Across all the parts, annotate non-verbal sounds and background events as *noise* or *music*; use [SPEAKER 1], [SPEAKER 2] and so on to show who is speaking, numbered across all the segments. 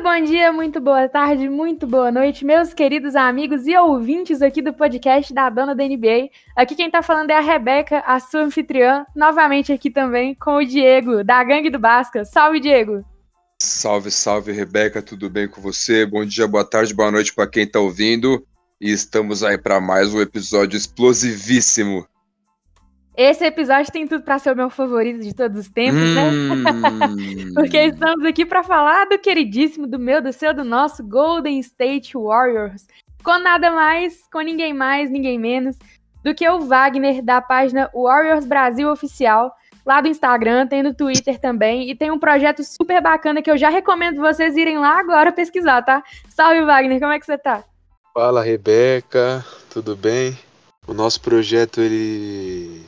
[SPEAKER 1] bom dia, muito boa tarde, muito boa noite, meus queridos amigos e ouvintes aqui do podcast da Dona da NBA. Aqui quem tá falando é a Rebeca, a sua anfitriã, novamente aqui também com o Diego, da Gangue do Basca. Salve, Diego!
[SPEAKER 2] Salve, salve, Rebeca, tudo bem com você? Bom dia, boa tarde, boa noite para quem tá ouvindo. E estamos aí para mais um episódio explosivíssimo
[SPEAKER 1] esse episódio tem tudo para ser o meu favorito de todos os tempos, hum...
[SPEAKER 2] Hum.
[SPEAKER 1] né? *laughs* Porque estamos aqui para falar do queridíssimo, do meu, do seu, do nosso Golden State Warriors. Com nada mais, com ninguém mais, ninguém menos do que o Wagner da página Warriors Brasil Oficial, lá do Instagram, tem no Twitter também, e tem um projeto super bacana que eu já recomendo vocês irem lá agora pesquisar, tá? Salve Wagner, como é que você tá?
[SPEAKER 3] Fala Rebeca, tudo bem? O nosso projeto ele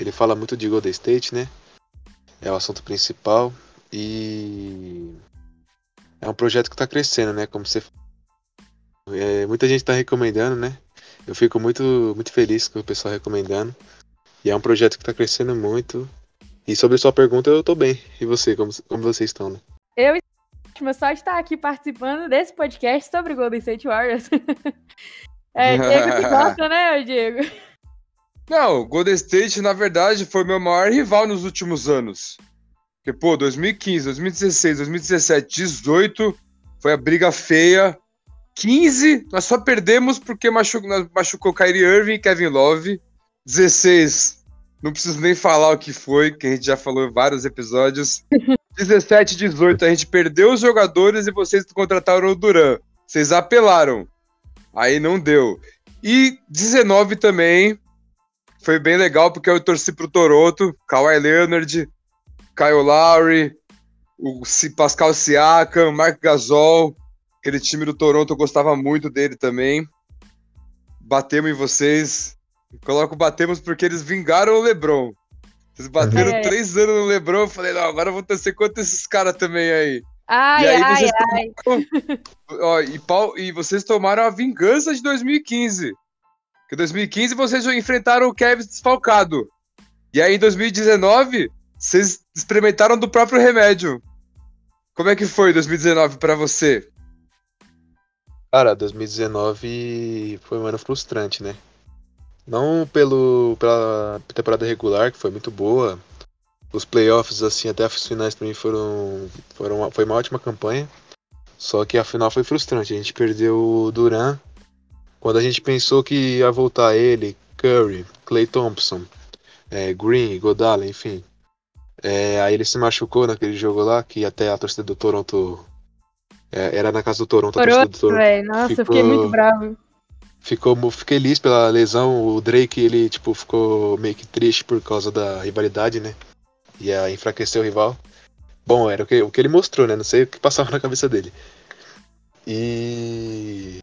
[SPEAKER 3] ele fala muito de Golden State, né? É o assunto principal e é um projeto que está crescendo, né? Como você é, muita gente está recomendando, né? Eu fico muito muito feliz com o pessoal recomendando e é um projeto que está crescendo muito. E sobre a sua pergunta, eu estou bem. E você, como, como vocês estão? Né?
[SPEAKER 1] Eu estou só de estar aqui participando desse podcast sobre Golden State Warriors. *laughs* é, Diego que gosta, né, Diego?
[SPEAKER 2] Não, Golden State, na verdade, foi meu maior rival nos últimos anos. Porque, pô, 2015, 2016, 2017, 18 foi a briga feia. 15, nós só perdemos porque machucou, machucou Kyrie Irving e Kevin Love. 16, não preciso nem falar o que foi, que a gente já falou em vários episódios. 17, 18, a gente perdeu os jogadores e vocês contrataram o Duran. Vocês apelaram. Aí não deu. E 19 também, foi bem legal porque eu torci pro Toronto, Kawhi Leonard, Kyle Lowry, o Pascal Siakam, Mark Gasol, aquele time do Toronto eu gostava muito dele também. Batemos em vocês, coloco batemos porque eles vingaram o LeBron. Vocês bateram é. três anos no LeBron, eu falei não, agora eu vou torcer contra esses caras também aí.
[SPEAKER 1] Ai, e aí ai, vocês ai.
[SPEAKER 2] Tomaram... Ó, e, pau... e vocês tomaram a vingança de 2015. Em 2015 vocês enfrentaram o Kevin desfalcado. E aí em 2019 vocês experimentaram do próprio remédio. Como é que foi 2019 para você?
[SPEAKER 3] Cara, 2019 foi um ano frustrante, né? Não pelo pela temporada regular que foi muito boa. Os playoffs assim até as finais para mim foram foram foi uma ótima campanha. Só que a final foi frustrante. A gente perdeu o Duran quando a gente pensou que ia voltar ele, Curry, Clay Thompson, é, Green, Godala, enfim. É, aí ele se machucou naquele jogo lá, que até a torcida do Toronto. É, era na casa do Toronto, Toronto a torcida do Toronto.
[SPEAKER 1] Véio, nossa, ficou, fiquei muito bravo.
[SPEAKER 3] Ficou, fiquei feliz pela lesão. O Drake, ele, tipo, ficou meio que triste por causa da rivalidade, né? Ia enfraquecer o rival. Bom, era o que, o que ele mostrou, né? Não sei o que passava na cabeça dele. E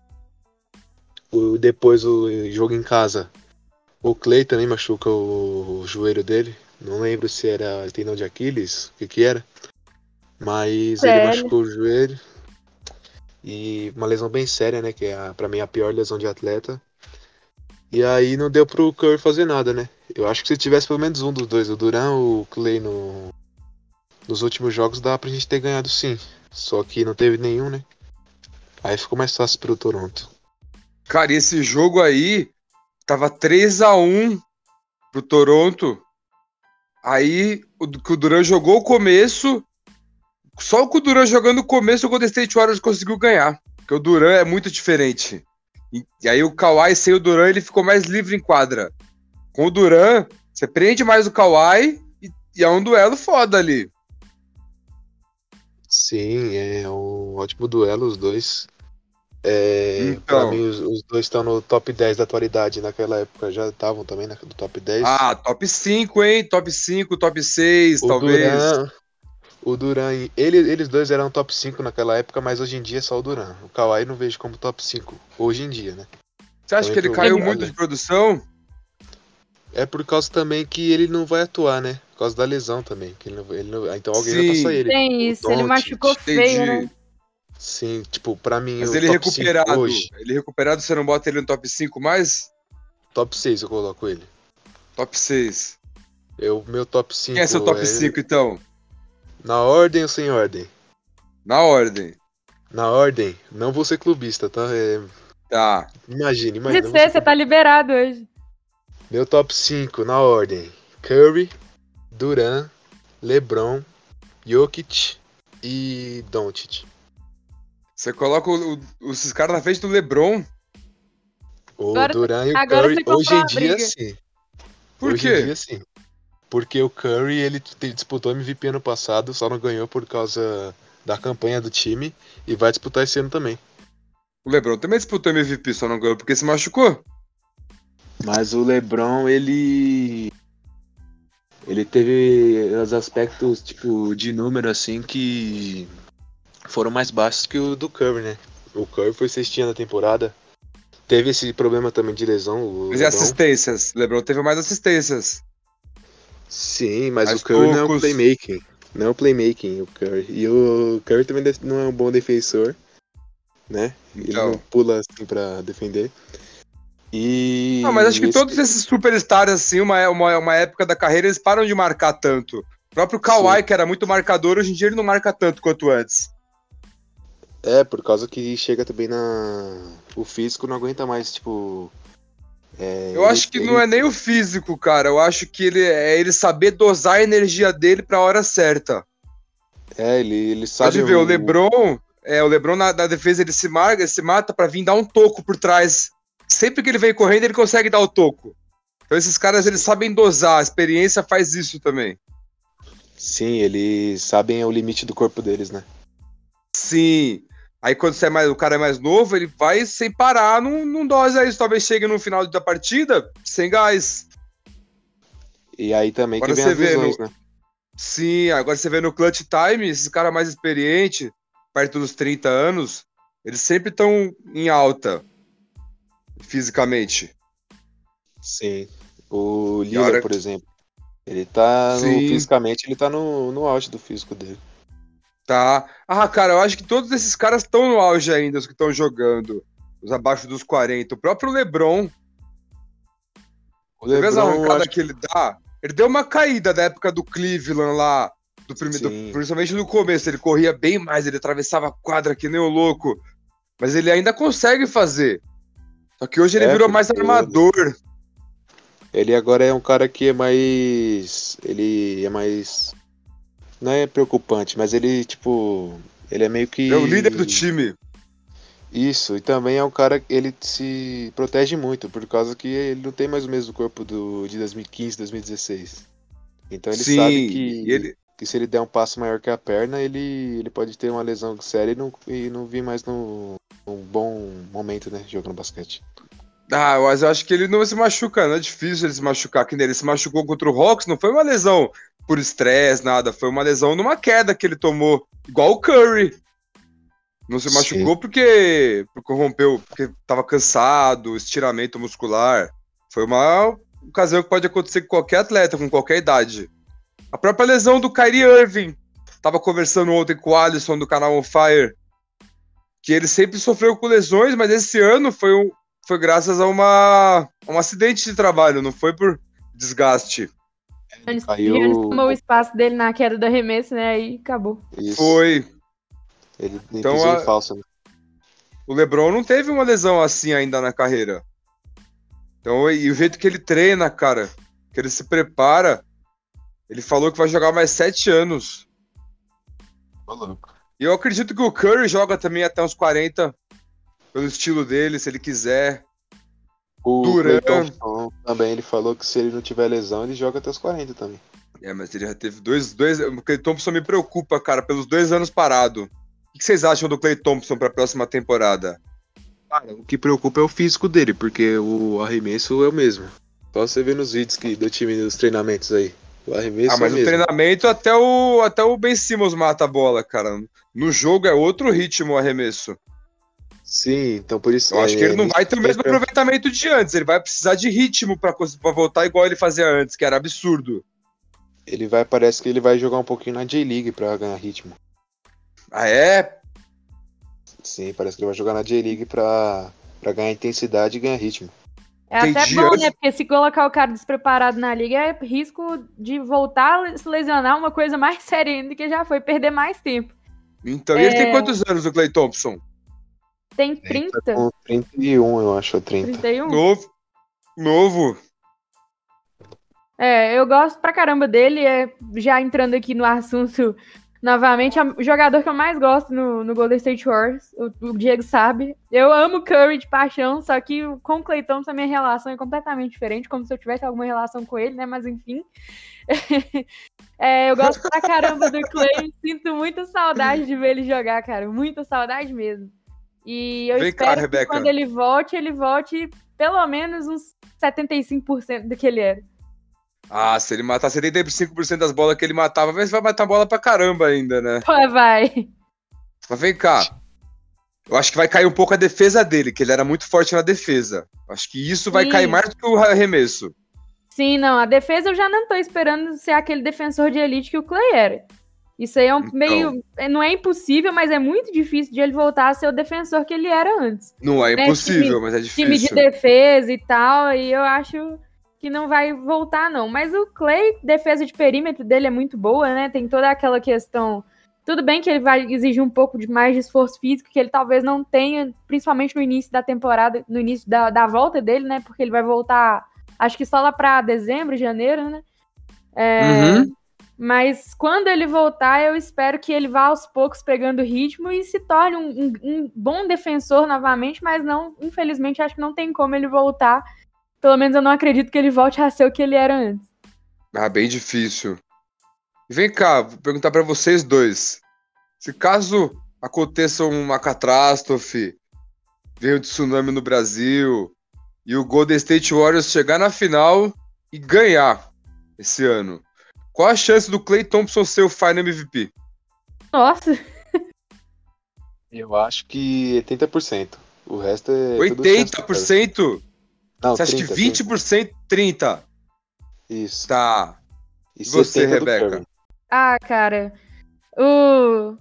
[SPEAKER 3] o, depois o jogo em casa. O Clay também machuca o, o joelho dele. Não lembro se era tendão de Aquiles, o que que era. Mas sério? ele machucou o joelho. E uma lesão bem séria, né? Que é a, pra mim a pior lesão de atleta. E aí não deu pro Curry fazer nada, né? Eu acho que se tivesse pelo menos um dos dois, o Duran ou o Clay no, nos últimos jogos, dá pra gente ter ganhado sim. Só que não teve nenhum, né? Aí ficou mais fácil pro Toronto.
[SPEAKER 2] Cara, esse jogo aí tava 3 a 1 pro Toronto. Aí o, o Duran jogou o começo. Só com o Duran jogando o começo, o Golden State Warriors conseguiu ganhar. Porque o Duran é muito diferente. E, e, aí o Kawhi sem o Duran, ele ficou mais livre em quadra. Com o Duran, você prende mais o Kawhi e, e é um duelo foda ali.
[SPEAKER 3] Sim, é um ótimo duelo os dois. É, então. Pra mim, os, os dois estão no top 10 da atualidade. Naquela época já estavam também no top 10.
[SPEAKER 2] Ah, top 5, hein? Top 5, top 6, o talvez.
[SPEAKER 3] Duran, o Duran, ele, eles dois eram top 5 naquela época, mas hoje em dia é só o Duran. O Kawhi não vejo como top 5, hoje em dia, né?
[SPEAKER 2] Você acha também que ele caiu Kawhi. muito de produção?
[SPEAKER 3] É por causa também que ele não vai atuar, né? Por causa da lesão também. Que ele não, ele não, então alguém Sim. vai passar ele.
[SPEAKER 1] Tem isso, ele machucou feio, Entendi. né?
[SPEAKER 3] Sim, tipo, pra mim.
[SPEAKER 2] Mas ele recuperado. Hoje, ele recuperado, você não bota ele no top 5 mais?
[SPEAKER 3] Top 6 eu coloco ele.
[SPEAKER 2] Top 6.
[SPEAKER 3] Eu, meu top 5.
[SPEAKER 2] Quem é seu top é... 5 então?
[SPEAKER 3] Na ordem ou sem ordem?
[SPEAKER 2] Na ordem.
[SPEAKER 3] Na ordem, não vou ser clubista, tá? É,
[SPEAKER 2] Tá.
[SPEAKER 3] imagine, imagina.
[SPEAKER 1] Pode
[SPEAKER 3] não vou
[SPEAKER 1] ser,
[SPEAKER 3] ser
[SPEAKER 1] você tá liberado hoje.
[SPEAKER 3] Meu top 5 na ordem: Curry, Duran, LeBron, Jokic e Doncic.
[SPEAKER 2] Você coloca o- o- esses caras na frente do LeBron.
[SPEAKER 3] Ou
[SPEAKER 1] Agora-
[SPEAKER 3] Duran e o
[SPEAKER 1] agora
[SPEAKER 3] Curry
[SPEAKER 1] você comprou
[SPEAKER 3] hoje em
[SPEAKER 1] a
[SPEAKER 3] dia
[SPEAKER 1] briga.
[SPEAKER 3] sim.
[SPEAKER 2] Por
[SPEAKER 3] hoje em
[SPEAKER 2] quê?
[SPEAKER 3] dia sim. Porque o Curry ele te- disputou MVP ano passado, só não ganhou por causa da campanha do time e vai disputar esse ano também.
[SPEAKER 2] O LeBron também disputou MVP, só não ganhou porque se machucou.
[SPEAKER 3] Mas o LeBron, ele. Ele teve os aspectos, tipo, de número, assim, que foram mais baixos que o do Curry, né? O Curry foi cestinha na temporada. Teve esse problema também de lesão. O
[SPEAKER 2] Mas e
[SPEAKER 3] LeBron.
[SPEAKER 2] assistências? LeBron teve mais assistências.
[SPEAKER 3] Sim, mas
[SPEAKER 2] Aos
[SPEAKER 3] o Curry não é um
[SPEAKER 2] poucos.
[SPEAKER 3] playmaking. Não é um playmaking, o Curry. E o Curry também def- não é um bom defensor, né? Ele
[SPEAKER 2] Então.
[SPEAKER 3] não pula assim pra defender. E.
[SPEAKER 2] Não, mas acho que
[SPEAKER 3] esse-
[SPEAKER 2] todos esses superstars, assim, uma, uma, uma época da carreira, eles param de marcar tanto. O próprio Kawhi, que era muito marcador, hoje em dia ele não marca tanto quanto antes.
[SPEAKER 3] É, por causa que chega também na. O físico não aguenta mais, tipo. é,
[SPEAKER 2] Eu acho que
[SPEAKER 3] ele-
[SPEAKER 2] não é nem o físico, cara. Eu acho que ele é ele saber dosar a energia dele pra hora certa.
[SPEAKER 3] É, ele, ele sabe.
[SPEAKER 2] Pode ver, o LeBron, é, o LeBron na, na defesa ele se marca, se mata pra vir dar um toco por trás. Sempre que ele vem correndo, ele consegue dar o toco. Então esses caras, eles sabem dosar, a experiência faz isso também.
[SPEAKER 3] Sim, eles sabem o limite do corpo deles, né?
[SPEAKER 2] Sim. Aí quando você é mais, o cara é mais novo, ele vai sem parar, não, não dose isso. Talvez chegue no final da partida sem gás.
[SPEAKER 3] E aí também que
[SPEAKER 2] Agora
[SPEAKER 3] vem
[SPEAKER 2] você
[SPEAKER 3] as
[SPEAKER 2] vê
[SPEAKER 3] visões, né?
[SPEAKER 2] Sim, agora você vê no clutch time, esses caras mais experientes, perto dos 30 anos, eles sempre estão em alta fisicamente.
[SPEAKER 3] Sim. O
[SPEAKER 2] a
[SPEAKER 3] Lillard,
[SPEAKER 2] hora-
[SPEAKER 3] por exemplo. Ele tá. no-
[SPEAKER 2] Sim.
[SPEAKER 3] fisicamente, ele tá no, no auge do físico dele.
[SPEAKER 2] Tá. Ah, cara, eu acho que todos esses caras estão no auge ainda, os que estão jogando. Os abaixo dos 40. O próprio Lebron,
[SPEAKER 3] O
[SPEAKER 2] você vê as
[SPEAKER 3] LeBron,
[SPEAKER 2] arrancadas
[SPEAKER 3] acho
[SPEAKER 2] que ele dá? Ele deu uma caída na época do Cleveland lá. Do primeiro, do-
[SPEAKER 3] Sim.
[SPEAKER 2] principalmente no começo, ele corria bem mais, ele atravessava a quadra que nem o louco. Mas ele ainda consegue fazer. Só que hoje ele
[SPEAKER 3] É,
[SPEAKER 2] virou mais
[SPEAKER 3] porque-
[SPEAKER 2] armador.
[SPEAKER 3] Ele agora é um cara que é mais. Ele é mais. Não é preocupante, mas ele, tipo. Ele é meio que.
[SPEAKER 2] É o líder do time.
[SPEAKER 3] Isso, e também é um cara que ele se protege muito, por causa que ele não tem mais o mesmo corpo do, de 2015, 2016. Então ele
[SPEAKER 2] Sim,
[SPEAKER 3] sabe que,
[SPEAKER 2] e ele,
[SPEAKER 3] que se ele der um passo maior que a perna, ele, ele pode ter uma lesão séria e não, e não vir mais num, num bom momento, né, jogando basquete.
[SPEAKER 2] Ah, mas eu acho que ele não se machuca, não é difícil ele se machucar que nem ele se machucou contra o Hawks, não foi uma lesão por estresse, nada, foi uma lesão numa queda que ele tomou, igual o Curry. Não se
[SPEAKER 3] Sim.
[SPEAKER 2] machucou porque, porque rompeu, porque tava cansado, estiramento muscular. Foi uma ocasião que pode acontecer com qualquer atleta, com qualquer idade. A própria lesão do Kyrie Irving. Tava conversando ontem com o Alisson do canal On Fire, que ele sempre sofreu com lesões, mas esse ano foi um, foi graças a uma a um acidente de trabalho, não foi por desgaste.
[SPEAKER 1] Giannis
[SPEAKER 3] caiu-
[SPEAKER 1] Giannis tomou o espaço dele na queda do arremesso, né? Aí acabou.
[SPEAKER 3] Isso,
[SPEAKER 2] Foi.
[SPEAKER 3] ele ele
[SPEAKER 2] Então,
[SPEAKER 3] pisou
[SPEAKER 2] a-
[SPEAKER 3] em falso, né?
[SPEAKER 2] O LeBron não teve uma lesão assim ainda na carreira. Então, e o jeito que ele treina, cara, que ele se prepara, ele falou que vai jogar mais sete anos.
[SPEAKER 3] Ô, louco.
[SPEAKER 2] E eu acredito que o Curry joga também até uns 40, pelo estilo dele, se ele quiser.
[SPEAKER 3] O
[SPEAKER 2] Duran.
[SPEAKER 3] Klay Thompson também, ele falou que se ele não tiver lesão, ele joga até os 40 também.
[SPEAKER 2] É, mas ele já teve dois. dois o Clay Thompson me preocupa, cara, pelos dois anos parado. O que vocês acham do Clay Thompson para a próxima temporada?
[SPEAKER 3] Cara, o que preocupa é o físico dele, porque o arremesso é o mesmo. Só você vê nos vídeos que, do time dos treinamentos aí. O arremesso
[SPEAKER 2] Ah, mas
[SPEAKER 3] é o
[SPEAKER 2] no
[SPEAKER 3] mesmo.
[SPEAKER 2] treinamento até o, até o Ben Simmons mata a bola, cara. No jogo é outro ritmo o arremesso.
[SPEAKER 3] Sim, então por isso.
[SPEAKER 2] Eu acho
[SPEAKER 3] é,
[SPEAKER 2] que ele não
[SPEAKER 3] nisso
[SPEAKER 2] vai ter o
[SPEAKER 3] que
[SPEAKER 2] mesmo
[SPEAKER 3] eu per-
[SPEAKER 2] aproveitamento de antes. Ele vai precisar de ritmo pra cons- pra voltar igual ele fazia antes, que era absurdo.
[SPEAKER 3] Ele vai, parece que ele vai jogar um pouquinho na J-League pra ganhar ritmo.
[SPEAKER 2] Ah, é?
[SPEAKER 3] Sim, parece que ele vai jogar na J-League pra, pra ganhar intensidade e ganhar ritmo.
[SPEAKER 1] É até
[SPEAKER 2] Entendi.
[SPEAKER 1] bom, né? Porque se colocar o cara despreparado na liga, é *laughs* risco de voltar a se lesionar uma coisa mais séria ainda que já foi, perder mais tempo.
[SPEAKER 2] Então, e ele
[SPEAKER 1] É.
[SPEAKER 2] tem quantos anos, o Clay Thompson?
[SPEAKER 1] Tem 30?
[SPEAKER 3] Tá com 31, eu acho, 30.
[SPEAKER 1] 31?
[SPEAKER 2] Novo. Novo.
[SPEAKER 1] É, eu gosto pra caramba dele. É, já entrando aqui no assunto *laughs* novamente, a- o jogador que eu mais gosto no, no Golden State Warriors, o, o Diego sabe. Eu amo o Curry de paixão, só que com o Clay Thompson a minha relação é completamente diferente, como se eu tivesse alguma relação com ele, né? Mas enfim. *laughs* É, eu gosto pra caramba do Clay, sinto muita saudade de ver ele jogar, cara. Muita saudade mesmo. E eu
[SPEAKER 2] Vem cá,
[SPEAKER 1] espero que
[SPEAKER 2] Rebeca.
[SPEAKER 1] quando ele volte, ele volte pelo menos uns 75% do que ele é. era.
[SPEAKER 2] Ah, se ele matar 75% das bolas que ele matava, mas vai matar bola pra caramba ainda, né?
[SPEAKER 1] Pô, vai.
[SPEAKER 2] Mas vem cá. Eu acho que vai cair um pouco a defesa dele, que ele era muito forte na defesa. Acho que isso vai
[SPEAKER 1] Sim.
[SPEAKER 2] cair mais do que o arremesso.
[SPEAKER 1] Sim, não. A defesa eu já não tô esperando ser aquele defensor de elite que o Clay era. Isso aí é um
[SPEAKER 2] Então.
[SPEAKER 1] meio. é- Não é impossível, mas é muito difícil de ele voltar a ser o defensor que ele era antes.
[SPEAKER 2] Não é
[SPEAKER 1] É,
[SPEAKER 2] impossível,
[SPEAKER 1] time-
[SPEAKER 2] mas é
[SPEAKER 1] Time de
[SPEAKER 2] difícil.
[SPEAKER 1] defesa e tal, e eu acho que não vai voltar, não. Mas o Clay, defesa de perímetro dele é muito boa, né? Tem toda aquela questão. Tudo bem que ele vai exigir um pouco de mais de esforço físico, que ele talvez não tenha, principalmente no início da temporada, no início da, da volta dele, né? Porque ele vai voltar, acho que só lá pra dezembro, janeiro, né? É,
[SPEAKER 2] Uhum.
[SPEAKER 1] mas quando ele voltar, eu espero que ele vá aos poucos pegando ritmo e se torne um, um- um bom defensor novamente, mas não, infelizmente, acho que não tem como ele voltar. Pelo menos eu não acredito que ele volte a ser o que ele era antes.
[SPEAKER 2] Ah, bem difícil. E Vem cá, vou perguntar pra vocês dois. Se caso aconteça uma catástrofe, venha um tsunami no Brasil e o Golden State Warriors chegar na final e ganhar esse ano, qual a chance do Clay Thompson ser o Final MVP?
[SPEAKER 1] Nossa,
[SPEAKER 3] Eu acho
[SPEAKER 2] é
[SPEAKER 3] que 80%. O resto é. tudo chance, cara.
[SPEAKER 2] 80%?
[SPEAKER 3] Não,
[SPEAKER 2] Você acha
[SPEAKER 3] 30,
[SPEAKER 2] que 20%? 30%.
[SPEAKER 3] Isso.
[SPEAKER 2] Tá.
[SPEAKER 3] E
[SPEAKER 2] Você,
[SPEAKER 3] 70 do
[SPEAKER 2] Rebeca?
[SPEAKER 3] Curry.
[SPEAKER 1] ah, cara. O,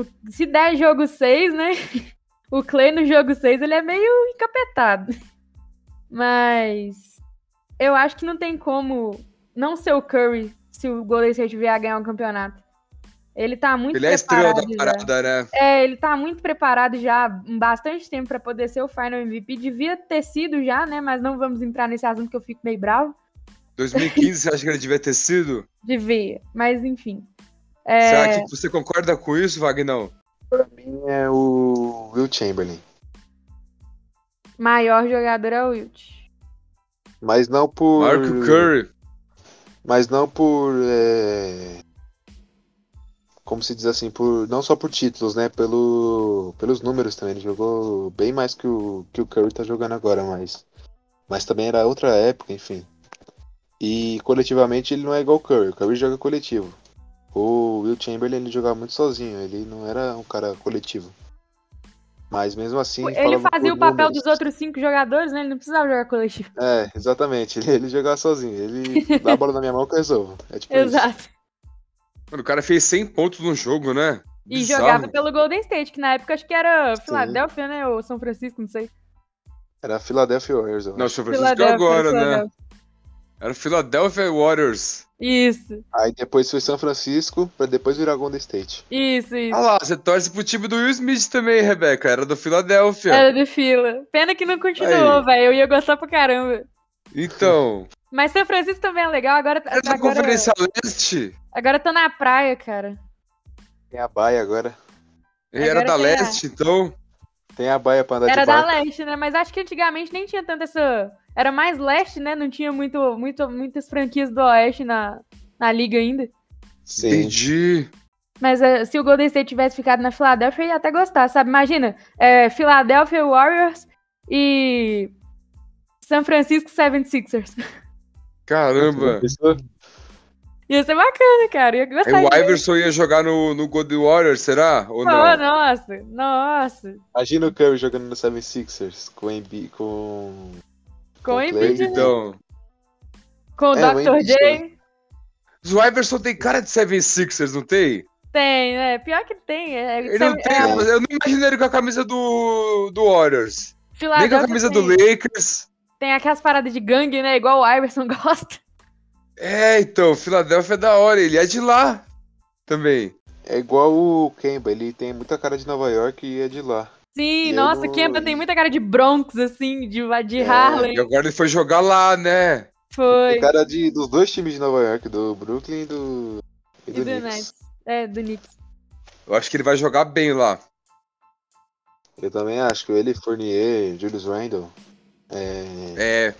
[SPEAKER 1] o- se der jogo 6, né? *laughs* O Clay no jogo 6, ele é meio encapetado. Mas eu acho que não tem como não ser o Curry se o Golden State vier a ganhar o campeonato. Ele tá muito
[SPEAKER 2] Ele é a estrela
[SPEAKER 1] preparado.
[SPEAKER 2] da
[SPEAKER 1] já.
[SPEAKER 2] parada, né?
[SPEAKER 1] É, ele tá muito preparado já há bastante tempo pra poder ser o Final MVP. Devia ter sido já, né? Mas não vamos entrar nesse assunto que eu fico meio bravo.
[SPEAKER 2] 2015, você acha que ele devia ter sido?
[SPEAKER 1] Devia, mas enfim. É,
[SPEAKER 2] Será que você concorda com isso, Vagnão?
[SPEAKER 3] Pra mim é o Will Chamberlain.
[SPEAKER 1] Maior jogador é o Wilt.
[SPEAKER 3] Mas não por.
[SPEAKER 2] Maior que o Curry?
[SPEAKER 3] Mas não por. é, Como se diz assim, por não só por títulos, né? Pelo, pelos números também. Ele jogou bem mais que o, que o Curry tá jogando agora, mas. Mas também era outra época, enfim. E coletivamente ele não é igual o Curry. O Curry joga coletivo. O Will Chamberlain ele jogava muito sozinho. Ele não era um cara coletivo. Mas mesmo assim.
[SPEAKER 1] ele
[SPEAKER 3] falava
[SPEAKER 1] fazia
[SPEAKER 3] por
[SPEAKER 1] o papel
[SPEAKER 3] números.
[SPEAKER 1] dos outros cinco jogadores, né? Ele não precisava jogar coletivo.
[SPEAKER 3] É, exatamente. *laughs* Ele, ele jogava sozinho. Ele dá a bola na minha mão que eu resolvo.
[SPEAKER 1] *laughs*
[SPEAKER 3] É tipo isso.
[SPEAKER 1] Exato.
[SPEAKER 2] Mano, o cara fez 100 pontos no jogo, né?
[SPEAKER 1] E
[SPEAKER 2] Bizarro.
[SPEAKER 1] jogava pelo Golden State, que na época acho que era
[SPEAKER 3] Sim.
[SPEAKER 1] Filadélfia, né? Ou São Francisco, não sei.
[SPEAKER 3] Era Philadelphia Warriors. eu
[SPEAKER 2] Não, o
[SPEAKER 3] acho.
[SPEAKER 2] São Francisco é agora, né? Era o Philadelphia Warriors.
[SPEAKER 1] Isso,
[SPEAKER 3] Aí depois foi São Francisco, pra depois virar Golden State.
[SPEAKER 1] isso, isso.
[SPEAKER 2] Ah lá, você torce pro time do Will Smith também, Rebeca. Era do Philadelphia.
[SPEAKER 1] Era do fila. Pena que não continuou, velho. Eu ia gostar pra caramba.
[SPEAKER 2] Então.
[SPEAKER 1] Mas São Francisco também é legal. Agora,
[SPEAKER 2] Era da
[SPEAKER 1] agora,
[SPEAKER 2] Conferência Leste?
[SPEAKER 1] agora eu tô na praia, cara.
[SPEAKER 3] Tem a baia agora.
[SPEAKER 2] Ele era
[SPEAKER 1] Agora
[SPEAKER 2] da
[SPEAKER 1] tem a-
[SPEAKER 2] Leste, então.
[SPEAKER 3] Tem a baia pra andar
[SPEAKER 1] Era
[SPEAKER 3] Tá de
[SPEAKER 1] da
[SPEAKER 3] barco.
[SPEAKER 1] leste, né? Mas acho que antigamente nem tinha tanto essa. Era mais leste, né? Não tinha muito, muito, muitas franquias do oeste na, na liga ainda.
[SPEAKER 3] Sim.
[SPEAKER 2] Entendi.
[SPEAKER 1] Mas eh, se o Golden State tivesse ficado na Filadélfia, eu ia até gostar, sabe? Imagina, é, Philadelphia Warriors e San Francisco 76ers.
[SPEAKER 2] Caramba.
[SPEAKER 3] Pessoa-
[SPEAKER 1] *laughs* Ia ser bacana, cara. Eu ia
[SPEAKER 2] Aí
[SPEAKER 1] gostar
[SPEAKER 2] É o
[SPEAKER 1] de ver.
[SPEAKER 2] Iverson ia jogar no, no God Warriors, será? Ou
[SPEAKER 1] Oh,
[SPEAKER 2] não?
[SPEAKER 1] nossa, nossa.
[SPEAKER 3] Imagina o Curry jogando no 76ers com o Embi- com...
[SPEAKER 1] Com o
[SPEAKER 3] Clay,
[SPEAKER 1] Embiid, né?
[SPEAKER 2] Então.
[SPEAKER 1] com o
[SPEAKER 3] É, o
[SPEAKER 1] Dr.
[SPEAKER 3] Embiid,
[SPEAKER 1] J.
[SPEAKER 2] O Iverson tem cara de 76ers, não tem?
[SPEAKER 1] Tem, né? Pior que tem. É,
[SPEAKER 2] Ele não
[SPEAKER 1] é-
[SPEAKER 2] tem,
[SPEAKER 1] é,
[SPEAKER 2] mas eu não imagino ele com a camisa do, do Warriors. Nem com
[SPEAKER 1] Filadélfia
[SPEAKER 2] a camisa do
[SPEAKER 1] tem-
[SPEAKER 2] Lakers.
[SPEAKER 1] Tem aquelas paradas de gangue, né? Igual o Iverson *laughs* gosta.
[SPEAKER 2] É, então, Filadélfia é da hora. Ele é de lá também.
[SPEAKER 3] É igual o Kemba, ele tem muita cara de Nova York e é de lá.
[SPEAKER 1] Sim,
[SPEAKER 3] Eu
[SPEAKER 1] nossa,
[SPEAKER 3] não-
[SPEAKER 1] Kemba tem muita cara de Bronx, assim, de, de
[SPEAKER 3] É,
[SPEAKER 1] Harlem.
[SPEAKER 2] E agora ele foi jogar lá, né?
[SPEAKER 1] Foi.
[SPEAKER 3] Tem cara de, dos dois times de Nova York, do Brooklyn e do, e
[SPEAKER 1] E do
[SPEAKER 3] do Knicks.
[SPEAKER 1] Nets. É, do Knicks.
[SPEAKER 2] Eu acho que ele vai jogar bem lá.
[SPEAKER 3] Eu também acho que ele, Fournier, Julius Randle, é,
[SPEAKER 2] É,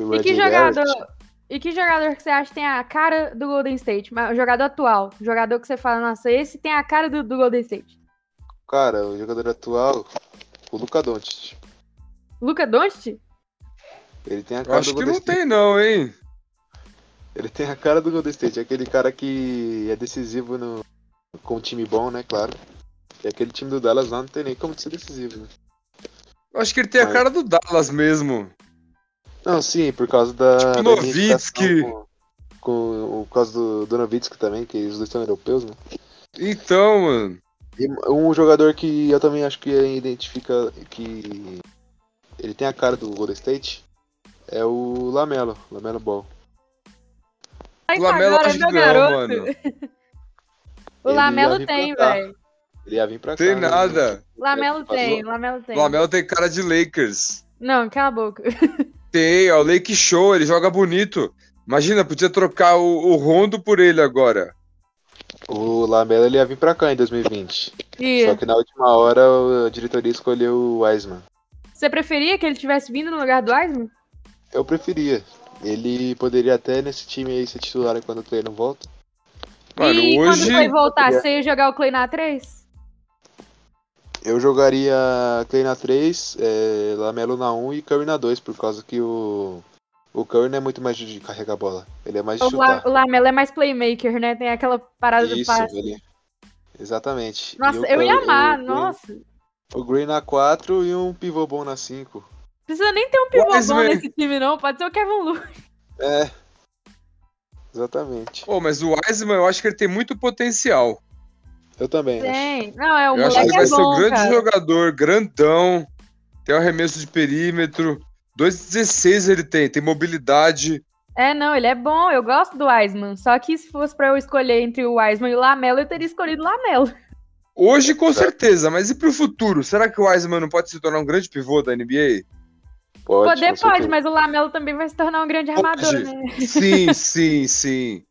[SPEAKER 3] o
[SPEAKER 1] E que
[SPEAKER 3] Reggie
[SPEAKER 1] jogador.
[SPEAKER 3] Barrett.
[SPEAKER 1] E que jogador que você acha que tem a cara do Golden State? Mas o jogador atual. o Jogador que você fala, nossa, esse tem a cara do, do Golden State.
[SPEAKER 3] Cara, o jogador atual, o Luka Doncic.
[SPEAKER 1] Luca Doncic?
[SPEAKER 3] Ele tem a
[SPEAKER 2] eu
[SPEAKER 3] cara
[SPEAKER 2] acho
[SPEAKER 3] do
[SPEAKER 2] que
[SPEAKER 3] Golden
[SPEAKER 2] não
[SPEAKER 3] State.
[SPEAKER 2] tem não, hein?
[SPEAKER 3] Ele tem a cara do Golden State, é aquele cara que é decisivo no, com um time bom, né, claro. E aquele time do Dallas lá não tem nem como ser decisivo, né?
[SPEAKER 2] Eu acho que ele tem a
[SPEAKER 3] Mas-
[SPEAKER 2] cara do Dallas mesmo.
[SPEAKER 3] Não, sim, por causa da.
[SPEAKER 2] Tipo
[SPEAKER 3] da
[SPEAKER 2] Nowitzki.
[SPEAKER 3] identificação Com, com, por causa do, do Nowitzki também, que os dois são europeus, né?
[SPEAKER 2] Então, mano.
[SPEAKER 3] E um jogador que eu também acho que identifica que ele tem a cara do Golden State é o Lamelo, Lamelo Ball.
[SPEAKER 1] Tá
[SPEAKER 2] O
[SPEAKER 1] indo
[SPEAKER 2] Lamelo
[SPEAKER 1] agora,
[SPEAKER 2] acho
[SPEAKER 1] meu
[SPEAKER 2] que não,
[SPEAKER 1] garoto.
[SPEAKER 2] mano.
[SPEAKER 1] O
[SPEAKER 3] Ele
[SPEAKER 1] Lamelo
[SPEAKER 3] ia
[SPEAKER 1] tem,
[SPEAKER 3] replantar.
[SPEAKER 1] velho.
[SPEAKER 3] Ele ia vir pra cá.
[SPEAKER 2] Tem
[SPEAKER 3] né?
[SPEAKER 2] nada.
[SPEAKER 1] Lamelo
[SPEAKER 3] Mas
[SPEAKER 1] tem,
[SPEAKER 3] o-
[SPEAKER 1] Lamelo tem.
[SPEAKER 2] O Lamelo tem cara de Lakers.
[SPEAKER 1] Não, cala a boca.
[SPEAKER 2] Tem, ó, o Lake Show, ele joga bonito. Imagina, podia trocar o, o Rondo por ele agora.
[SPEAKER 3] O Lamelo ele ia vir pra cá em 2020.
[SPEAKER 1] E
[SPEAKER 3] Só que na última hora a diretoria escolheu o Wiseman.
[SPEAKER 1] você preferia que ele tivesse vindo no lugar do Wiseman?
[SPEAKER 3] Eu preferia. Ele poderia até nesse time aí ser titular enquanto o Clay não volta.
[SPEAKER 2] Mano,
[SPEAKER 1] e
[SPEAKER 2] hoje.
[SPEAKER 1] quando foi voltar, você ia jogar o Clay na 3?
[SPEAKER 3] Eu jogaria Clay na 3, eh, Lamelo na 1 e Curry na 2, por causa que o. O Curry não é muito mais de carregar a bola. Ele é mais de
[SPEAKER 1] O, La,
[SPEAKER 3] chutar.
[SPEAKER 1] o Lamelo é mais playmaker, né? Tem aquela parada do
[SPEAKER 3] Isso,
[SPEAKER 1] passe.
[SPEAKER 3] ele... é. Exatamente. E
[SPEAKER 1] Nossa,
[SPEAKER 3] o
[SPEAKER 1] eu ia
[SPEAKER 3] Curry-
[SPEAKER 1] amar,
[SPEAKER 3] o Green-
[SPEAKER 1] nossa.
[SPEAKER 3] O Green na 4 e um pivô bom na 5.
[SPEAKER 1] Precisa nem ter um pivô bom
[SPEAKER 2] Wiseman.
[SPEAKER 1] nesse time, não. Pode ser o Kevin Lu.
[SPEAKER 3] É. Exatamente.
[SPEAKER 2] Pô, mas o Wiseman, eu acho que ele tem muito potencial.
[SPEAKER 3] Eu também acho.
[SPEAKER 1] Tem. Não, é o
[SPEAKER 2] eu acho que ele
[SPEAKER 1] moleque
[SPEAKER 2] vai
[SPEAKER 1] é
[SPEAKER 2] ser um
[SPEAKER 1] bom,
[SPEAKER 2] grande
[SPEAKER 1] cara.
[SPEAKER 2] jogador, grandão. Tem um arremesso de perímetro. 2,16 ele tem, tem mobilidade.
[SPEAKER 1] É, não, ele é bom. Eu gosto do Wiseman. Só que se fosse pra eu escolher entre o Wiseman e o Lamelo, eu teria escolhido o Lamelo.
[SPEAKER 2] Hoje, com certeza, mas e pro futuro? Será que o Wiseman não pode se tornar um grande pivô da NBA?
[SPEAKER 3] Pode, com
[SPEAKER 1] Poder pode,
[SPEAKER 3] certeza.
[SPEAKER 1] mas o Lamelo também vai se tornar um grande
[SPEAKER 2] Pode.
[SPEAKER 1] armador, né? *laughs*
[SPEAKER 2] Sim, sim, sim.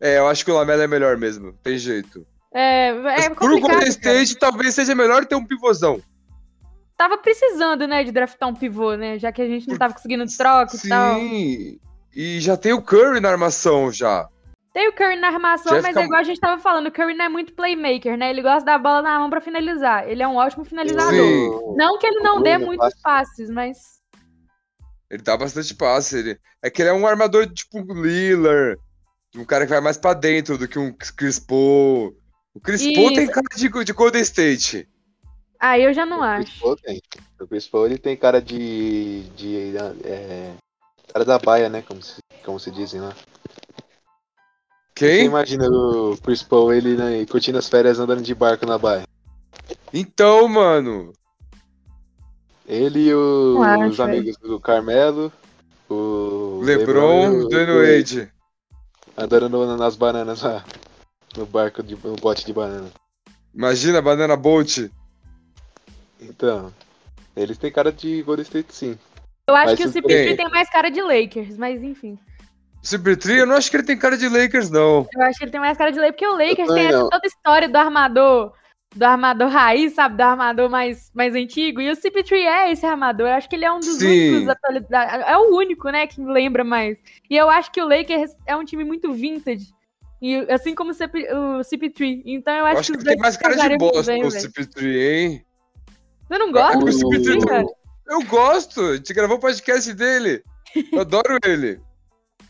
[SPEAKER 2] É, eu acho que o Lamelo é melhor mesmo, tem jeito.
[SPEAKER 1] É,
[SPEAKER 2] Mas
[SPEAKER 1] é
[SPEAKER 2] pro
[SPEAKER 1] complicado.
[SPEAKER 2] Golden
[SPEAKER 1] cara.
[SPEAKER 2] State, um talvez seja melhor ter um pivôzão.
[SPEAKER 1] Tava precisando, né, de draftar um pivô, né? Já que a gente não tava conseguindo troca e tal.
[SPEAKER 2] Sim. E já tem o Curry na armação já.
[SPEAKER 1] Tem o Curry na armação,
[SPEAKER 2] Já
[SPEAKER 1] mas
[SPEAKER 2] fica-
[SPEAKER 1] é igual a gente tava falando, o Curry não é muito playmaker, né? Ele gosta da bola na mão pra finalizar. Ele é um ótimo finalizador.
[SPEAKER 2] Sim.
[SPEAKER 1] Não que ele não dê
[SPEAKER 3] Olha,
[SPEAKER 1] muitos
[SPEAKER 3] passe.
[SPEAKER 1] passes, mas.
[SPEAKER 2] Ele dá bastante passe. Ele... É que ele é um armador tipo Lillard. Um cara que vai mais pra dentro do que um Chris Paul. O Chris Paul
[SPEAKER 1] Isso.
[SPEAKER 2] tem cara de, de Golden State.
[SPEAKER 1] Aí eu já não
[SPEAKER 3] O Chris
[SPEAKER 1] acho.
[SPEAKER 3] Paul tem. O Chris Paul ele tem cara de. de é, cara da baia, né? Como se, como se dizem lá. Você
[SPEAKER 2] Quem?
[SPEAKER 3] imagina o Chris Paul ele né, curtindo as férias andando de barco na baia.
[SPEAKER 2] Então, mano.
[SPEAKER 3] Ele e o-
[SPEAKER 1] Eu acho, é.
[SPEAKER 3] os amigos do Carmelo, o
[SPEAKER 2] LeBron,
[SPEAKER 3] e o-
[SPEAKER 2] Dwayne Wade.
[SPEAKER 3] andando no- nas bananas lá. No barco, de, no bote de banana.
[SPEAKER 2] Imagina a Banana Bolt.
[SPEAKER 3] Então, eles têm cara de Golden State sim.
[SPEAKER 1] Eu acho
[SPEAKER 3] Mas
[SPEAKER 1] que o
[SPEAKER 3] tudo
[SPEAKER 1] CP3
[SPEAKER 2] bem.
[SPEAKER 1] tem mais cara de Lakers, mas enfim.
[SPEAKER 2] Cibritri, eu não acho que ele tem cara de Lakers, não.
[SPEAKER 1] Eu acho que ele tem mais cara de Lakers, porque o Lakers
[SPEAKER 3] também
[SPEAKER 1] tem essa
[SPEAKER 3] não.
[SPEAKER 1] toda história do armador. Do armador raiz, sabe? Do armador mais, mais antigo. E o CP3 é esse armador. Eu acho que ele é um dos
[SPEAKER 2] Sim.
[SPEAKER 1] únicos atualidade. É o único, né, que me lembra mais. E eu acho que o Lakers é um time muito vintage. E assim como o, CP, o CP3. Então eu
[SPEAKER 2] Eu
[SPEAKER 1] acho,
[SPEAKER 2] acho que
[SPEAKER 1] os
[SPEAKER 2] ele tem
[SPEAKER 1] dois
[SPEAKER 2] mais cara de
[SPEAKER 1] casariam muito
[SPEAKER 2] bosta
[SPEAKER 1] bem,
[SPEAKER 2] o
[SPEAKER 1] velho.
[SPEAKER 2] Cibritri, hein?
[SPEAKER 1] Você não gosta
[SPEAKER 2] O um-
[SPEAKER 1] do
[SPEAKER 2] CP3
[SPEAKER 1] CP3,
[SPEAKER 2] não-
[SPEAKER 1] cara?
[SPEAKER 2] Eu gosto. A gente gravou o podcast dele. Eu adoro *laughs* ele.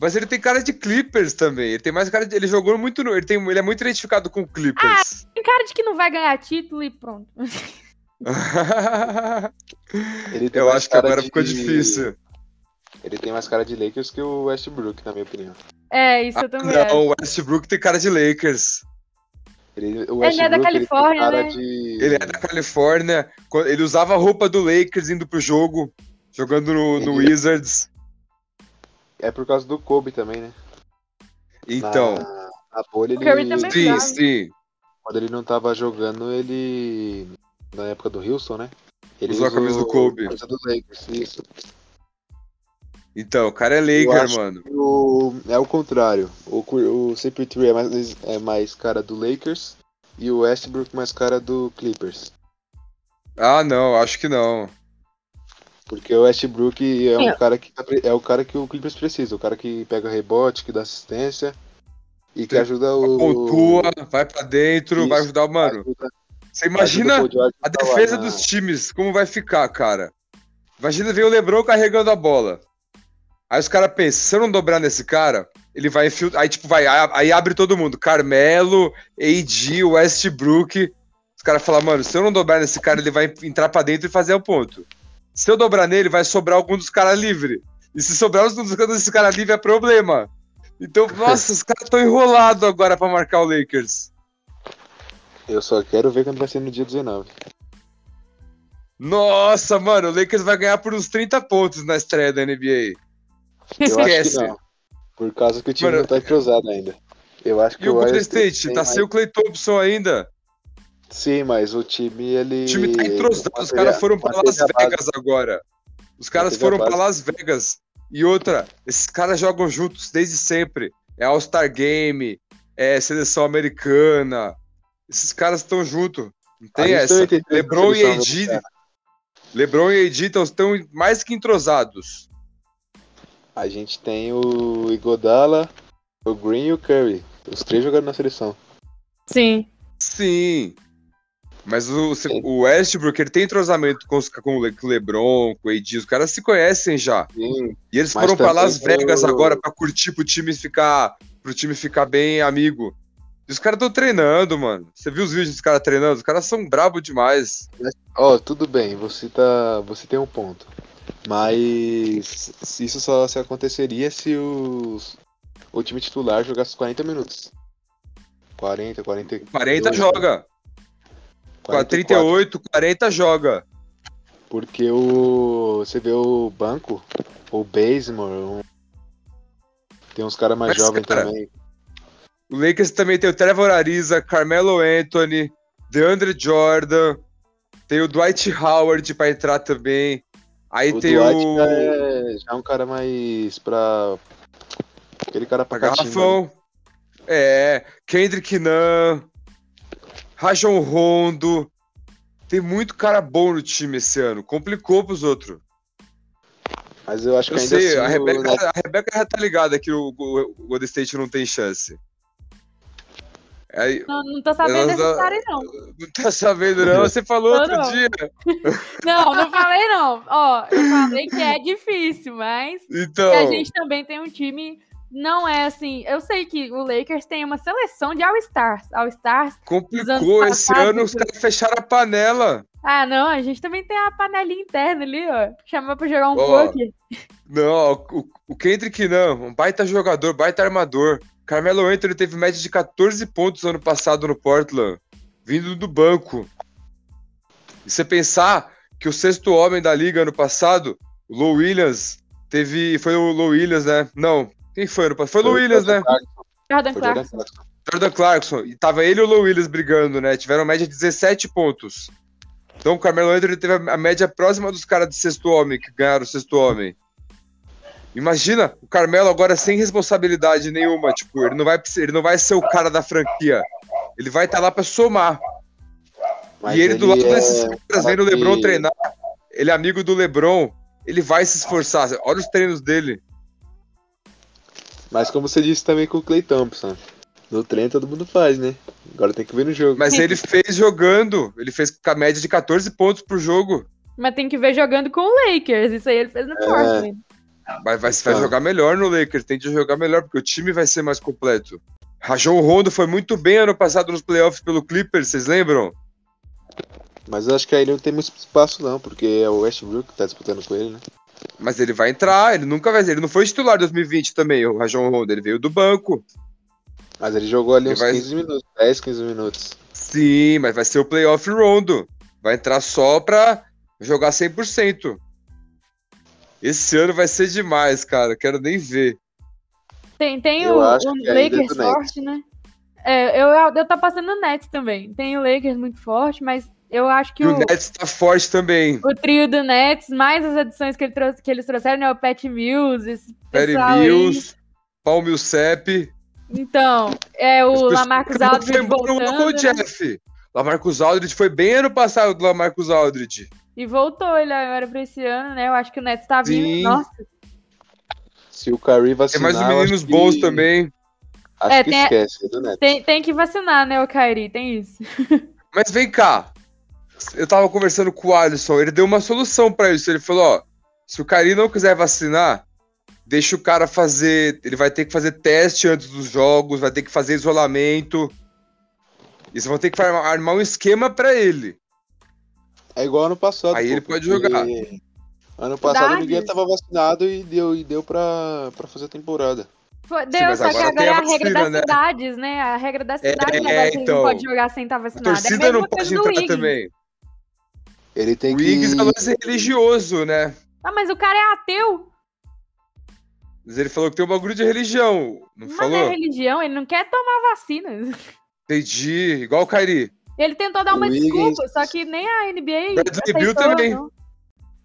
[SPEAKER 2] Mas ele tem cara de Clippers também. Ele tem mais cara de. Ele jogou muito no. Ele, tem... ele é muito identificado com Clippers.
[SPEAKER 1] Tem cara de que não vai ganhar título e pronto.
[SPEAKER 3] Ele Ah! tem
[SPEAKER 2] *laughs* Eu
[SPEAKER 3] mais
[SPEAKER 2] acho que
[SPEAKER 3] cara
[SPEAKER 2] agora
[SPEAKER 3] de-
[SPEAKER 2] ficou difícil.
[SPEAKER 3] Ele tem mais cara de Lakers que o Westbrook, na minha opinião.
[SPEAKER 1] É, isso eu também acho.
[SPEAKER 2] Não, o Westbrook tem cara de Lakers.
[SPEAKER 3] Ele, o
[SPEAKER 1] Ele é da
[SPEAKER 3] Westbrook,
[SPEAKER 1] Califórnia,
[SPEAKER 3] ele tem cara
[SPEAKER 1] né?
[SPEAKER 3] de.
[SPEAKER 2] Ele é da Califórnia. Quando- Ele usava a roupa do Lakers indo pro jogo, jogando no, no
[SPEAKER 3] Ele-
[SPEAKER 2] Wizards.
[SPEAKER 3] É por causa do Kobe também, né?
[SPEAKER 2] Então,
[SPEAKER 3] Na, na bolha
[SPEAKER 1] O Curry
[SPEAKER 3] ele.
[SPEAKER 1] também
[SPEAKER 3] Ah,
[SPEAKER 2] sim,
[SPEAKER 1] verdade.
[SPEAKER 2] sim.
[SPEAKER 3] Quando ele não tava jogando, ele. Na época do Houston, né? Ele
[SPEAKER 2] Usou a camisa do Kobe.
[SPEAKER 3] a camisa do Lakers, isso.
[SPEAKER 2] Então, o cara é
[SPEAKER 3] Eu
[SPEAKER 2] Laker,
[SPEAKER 3] acho
[SPEAKER 2] mano.
[SPEAKER 3] que o- é o contrário. O, Cur- o CP3 é mais, é mais cara do Lakers e o Westbrook mais cara do Clippers.
[SPEAKER 2] Ah, não, acho que não.
[SPEAKER 3] Porque o Westbrook é um
[SPEAKER 1] Eu-
[SPEAKER 3] cara que tá pre- é o cara que o Clippers precisa, o cara que pega rebote, que dá assistência e que ajuda o
[SPEAKER 2] Pontua, vai pra dentro,
[SPEAKER 3] Isso.
[SPEAKER 2] vai ajudar, mano.
[SPEAKER 3] ajuda-
[SPEAKER 2] Você imagina
[SPEAKER 3] ajuda o Paul George
[SPEAKER 2] a
[SPEAKER 3] tá lá
[SPEAKER 2] defesa
[SPEAKER 3] na-
[SPEAKER 2] dos times, como vai ficar, cara? Imagina ver o Lebron carregando a bola. Aí os caras pensam, se eu não dobrar nesse cara, ele vai infiltrar. Aí, tipo, vai, aí aí abre todo mundo. Carmelo, AD, Westbrook. Os caras falam, mano, se eu não dobrar nesse cara, ele vai entrar pra dentro e fazer o ponto. Se eu dobrar nele, vai sobrar algum dos caras livre. E se sobrar algum dos caras desse cara livre, é problema. Então, nossa, os caras estão enrolados agora pra marcar o Lakers.
[SPEAKER 3] Eu só quero ver quando vai ser no dia 19.
[SPEAKER 2] Nossa, mano, o Lakers vai ganhar por uns 30 pontos na estreia da NBA.
[SPEAKER 3] Eu acho
[SPEAKER 2] Esquece.
[SPEAKER 3] que não. Por causa que o time
[SPEAKER 2] Mano,
[SPEAKER 3] não tá cruzado ainda. Eu acho que
[SPEAKER 2] E o Golden
[SPEAKER 3] Warriors
[SPEAKER 2] State,
[SPEAKER 3] tem
[SPEAKER 2] tá
[SPEAKER 3] mais-
[SPEAKER 2] sem o Clay Thompson ainda.
[SPEAKER 3] Sim, mas o time, ele.
[SPEAKER 2] O time tá entrosado, os caras foram pra Las Vegas agora. Os caras
[SPEAKER 3] Manteve
[SPEAKER 2] foram
[SPEAKER 3] a
[SPEAKER 2] pra Las
[SPEAKER 3] base.
[SPEAKER 2] Vegas. E outra, esses caras jogam juntos desde sempre. É All-Star Game, é seleção americana. Esses caras estão juntos. Não tem
[SPEAKER 3] então
[SPEAKER 2] essa. LeBron e AD.
[SPEAKER 3] né,
[SPEAKER 2] LeBron e AD estão mais que entrosados.
[SPEAKER 3] A gente tem o Igodala, o Green e o Curry. Os três jogaram na seleção.
[SPEAKER 1] Sim.
[SPEAKER 2] Sim. Mas o, o Westbrook ele tem entrosamento com, os, com o Le- com o LeBron, com o AD, os caras se conhecem já.
[SPEAKER 3] Sim.
[SPEAKER 2] E eles
[SPEAKER 3] Mas
[SPEAKER 2] foram pra
[SPEAKER 3] também
[SPEAKER 2] Las
[SPEAKER 3] tem
[SPEAKER 2] Vegas
[SPEAKER 3] o-
[SPEAKER 2] agora pra curtir pro time ficar, pro time ficar bem amigo. E os caras estão treinando, mano. Você viu os vídeos dos caras treinando? Os caras são brabo demais.
[SPEAKER 3] Ó, tudo bem, você tá. Você tem um ponto. Mas isso só se aconteceria se os, o time titular jogasse 40 minutos. 40, 40.
[SPEAKER 2] 40
[SPEAKER 3] dois,
[SPEAKER 2] joga.
[SPEAKER 3] 44.
[SPEAKER 2] 38, 40 joga.
[SPEAKER 3] Porque o. Você vê o banco, o Basemore, um- tem uns caras mais
[SPEAKER 2] Mas,
[SPEAKER 3] jovens
[SPEAKER 2] cara,
[SPEAKER 3] também.
[SPEAKER 2] O Lakers também tem o Trevor Ariza, Carmelo Anthony, DeAndre Jordan, tem o Dwight Howard pra entrar também. Aí
[SPEAKER 3] O
[SPEAKER 2] tem
[SPEAKER 3] Dwight
[SPEAKER 2] o.
[SPEAKER 3] já é, já é um cara mais pra. Aquele cara pra
[SPEAKER 2] Pra
[SPEAKER 3] catimba.
[SPEAKER 2] garrafão. É, Kendrick Nunn, Rajon Rondo. Tem muito cara bom no time esse ano. Complicou pros outros.
[SPEAKER 3] Mas eu acho
[SPEAKER 2] Eu
[SPEAKER 3] que ainda
[SPEAKER 2] sei,
[SPEAKER 3] assim,
[SPEAKER 2] a,
[SPEAKER 3] o
[SPEAKER 2] Rebeca,
[SPEAKER 3] Nets-
[SPEAKER 2] a Rebeca já tá ligada que o, o, o Golden State não tem chance. Aí,
[SPEAKER 1] Não, não tô sabendo
[SPEAKER 2] Elas-
[SPEAKER 1] dessa história, não.
[SPEAKER 2] não tá sabendo,
[SPEAKER 3] Uhum.
[SPEAKER 2] não? Você falou
[SPEAKER 1] Não,
[SPEAKER 2] outro
[SPEAKER 1] não.
[SPEAKER 2] dia.
[SPEAKER 1] Não, não falei, não. Ó, eu falei que é difícil, mas
[SPEAKER 2] Então.
[SPEAKER 1] E a gente também tem um time. Não é assim. Eu sei que o Lakers tem uma seleção de All-Stars. All-Stars. Os
[SPEAKER 2] Complicou
[SPEAKER 1] anos
[SPEAKER 2] esse
[SPEAKER 1] passados,
[SPEAKER 2] ano, os caras fecharam a panela.
[SPEAKER 1] Ah, não. A gente também tem a panelinha interna ali, ó. Chamar pra jogar um
[SPEAKER 2] Ó.
[SPEAKER 1] poker.
[SPEAKER 2] Não, o, o Kendrick não, um baita jogador, baita armador. Carmelo Anthony teve média de 14 pontos ano passado no Portland, vindo do banco. E você pensar que o sexto homem da liga ano passado, o Lou Williams, teve. Foi o Lou Williams, né? Não. Quem foi ano passado? Foi o Lou Williams, né?
[SPEAKER 1] Jordan
[SPEAKER 3] Foi o
[SPEAKER 1] Clarkson.
[SPEAKER 3] Jordan Clarkson.
[SPEAKER 2] Jordan Clarkson. E tava ele e o Lou Williams brigando, né? Tiveram média de 17 pontos. Então o Carmelo Anthony teve a a média próxima dos caras do sexto homem, que ganharam o sexto homem. Imagina o Carmelo agora sem responsabilidade nenhuma. Tipo, ele não vai, precis- ele não vai ser o cara da franquia. Ele vai estar lá pra somar.
[SPEAKER 3] Mas
[SPEAKER 2] e ele, do lado
[SPEAKER 3] é
[SPEAKER 2] desses
[SPEAKER 3] um
[SPEAKER 2] caras
[SPEAKER 3] cara
[SPEAKER 2] vendo o Lebron
[SPEAKER 3] que-
[SPEAKER 2] treinar, ele é amigo do Lebron, ele vai se esforçar. Olha os treinos dele.
[SPEAKER 3] Mas como você disse também com o Clay Thompson. No treino todo mundo faz, né? Agora tem que ver no jogo.
[SPEAKER 2] Mas
[SPEAKER 3] *laughs*
[SPEAKER 2] ele fez jogando. Ele fez com a média de 14 pontos por jogo.
[SPEAKER 1] Mas tem que ver jogando com o Lakers. Isso aí ele fez
[SPEAKER 3] É.
[SPEAKER 1] no Portland.
[SPEAKER 2] Vai, vai, vai
[SPEAKER 3] Tá.
[SPEAKER 2] jogar melhor no Lakers, tem de jogar melhor, porque o time vai ser mais completo. Rajon Rondo foi muito bem ano passado nos playoffs pelo Clippers, vocês lembram?
[SPEAKER 3] Mas eu acho que aí ele não tem muito espaço, não, porque é o Westbrook que tá disputando com ele, né?
[SPEAKER 2] Mas ele vai entrar, ele nunca vai. Ele não foi titular em 2020 também, o Rajon Rondo, ele veio do banco.
[SPEAKER 3] Mas ele jogou ali
[SPEAKER 2] Ele
[SPEAKER 3] uns
[SPEAKER 2] vai-
[SPEAKER 3] 15 minutos, 10, 15 minutos.
[SPEAKER 2] Sim, mas vai ser o playoff Rondo. Vai entrar só pra jogar 100%. Esse ano vai ser demais, cara, quero nem ver.
[SPEAKER 1] Tem, tem
[SPEAKER 3] Eu
[SPEAKER 1] o,
[SPEAKER 3] acho
[SPEAKER 1] o
[SPEAKER 3] que ainda é
[SPEAKER 1] Lakers
[SPEAKER 3] do Nets.
[SPEAKER 1] forte, né? É, eu, eu, eu tô passando no Nets também. Tem o Lakers muito forte, mas eu acho que
[SPEAKER 2] E o Nets tá forte também.
[SPEAKER 1] o trio do Nets, mais as adições que, ele trouxe- que eles trouxeram, né? O Pat Mills, esse
[SPEAKER 2] Perry
[SPEAKER 1] pessoal aí.
[SPEAKER 2] Mills, Paul Millsap.
[SPEAKER 1] Então, é o Lamarcus
[SPEAKER 2] Foi
[SPEAKER 1] Aldridge
[SPEAKER 2] embora o
[SPEAKER 1] voltando,
[SPEAKER 2] Uncle
[SPEAKER 1] né?
[SPEAKER 2] Jeff. Lamarcus Aldridge foi bem ano passado do Lamarcus Aldridge.
[SPEAKER 1] E voltou ele agora pra esse ano, né? Eu acho que o Nets tá vindo.
[SPEAKER 2] Sim.
[SPEAKER 1] Nossa,
[SPEAKER 3] Se o Curry
[SPEAKER 2] Tem
[SPEAKER 3] vacinar...
[SPEAKER 2] mais uns
[SPEAKER 3] eu acho
[SPEAKER 2] meninos
[SPEAKER 3] que-
[SPEAKER 2] bons também.
[SPEAKER 3] Acho
[SPEAKER 1] É,
[SPEAKER 3] que
[SPEAKER 1] tem-
[SPEAKER 3] esquece, do Neto.
[SPEAKER 1] tem, tem que vacinar, né, o Kairi? Tem isso.
[SPEAKER 2] Mas vem cá. Eu tava conversando com o Alisson, ele deu uma solução pra isso. Ele falou, ó, se o Cari não quiser vacinar, deixa o cara fazer, ele vai ter que fazer teste antes dos jogos, vai ter que fazer isolamento. E vocês vão ter que armar armar um esquema pra ele.
[SPEAKER 3] É igual ano passado.
[SPEAKER 2] Aí ele pode jogar.
[SPEAKER 3] Ano passado
[SPEAKER 1] Verdade.
[SPEAKER 3] ninguém tava vacinado e deu, e deu pra, pra fazer a temporada.
[SPEAKER 1] Foi-
[SPEAKER 2] Sim,
[SPEAKER 1] Deu,
[SPEAKER 2] mas
[SPEAKER 1] só que
[SPEAKER 2] agora
[SPEAKER 1] agora
[SPEAKER 2] tem
[SPEAKER 1] é
[SPEAKER 2] a
[SPEAKER 1] a regra
[SPEAKER 2] vacina,
[SPEAKER 1] das
[SPEAKER 2] né?
[SPEAKER 1] cidades, né? A regra da
[SPEAKER 2] É,
[SPEAKER 1] cidade agora que ele
[SPEAKER 2] então.
[SPEAKER 1] não pode jogar sem estar
[SPEAKER 2] A
[SPEAKER 1] vacinado. é
[SPEAKER 2] torcida
[SPEAKER 1] a mesma
[SPEAKER 2] não pode
[SPEAKER 1] coisa
[SPEAKER 2] entrar
[SPEAKER 1] do Wiggins.
[SPEAKER 2] também.
[SPEAKER 3] Ele tem
[SPEAKER 2] O
[SPEAKER 3] que...
[SPEAKER 2] Iggs é lance religioso, né?
[SPEAKER 1] Ah, mas o cara é ateu.
[SPEAKER 2] Mas ele falou que tem um bagulho de religião. Não
[SPEAKER 1] Mas não é
[SPEAKER 2] falou?
[SPEAKER 1] religião, ele não quer tomar vacina.
[SPEAKER 2] Entendi. Igual o Kairi.
[SPEAKER 1] Ele tentou dar uma
[SPEAKER 3] O Wiggins-
[SPEAKER 1] desculpa, só que nem a NBA.
[SPEAKER 2] Bradley
[SPEAKER 1] aceitou,
[SPEAKER 2] Beal também.
[SPEAKER 1] não.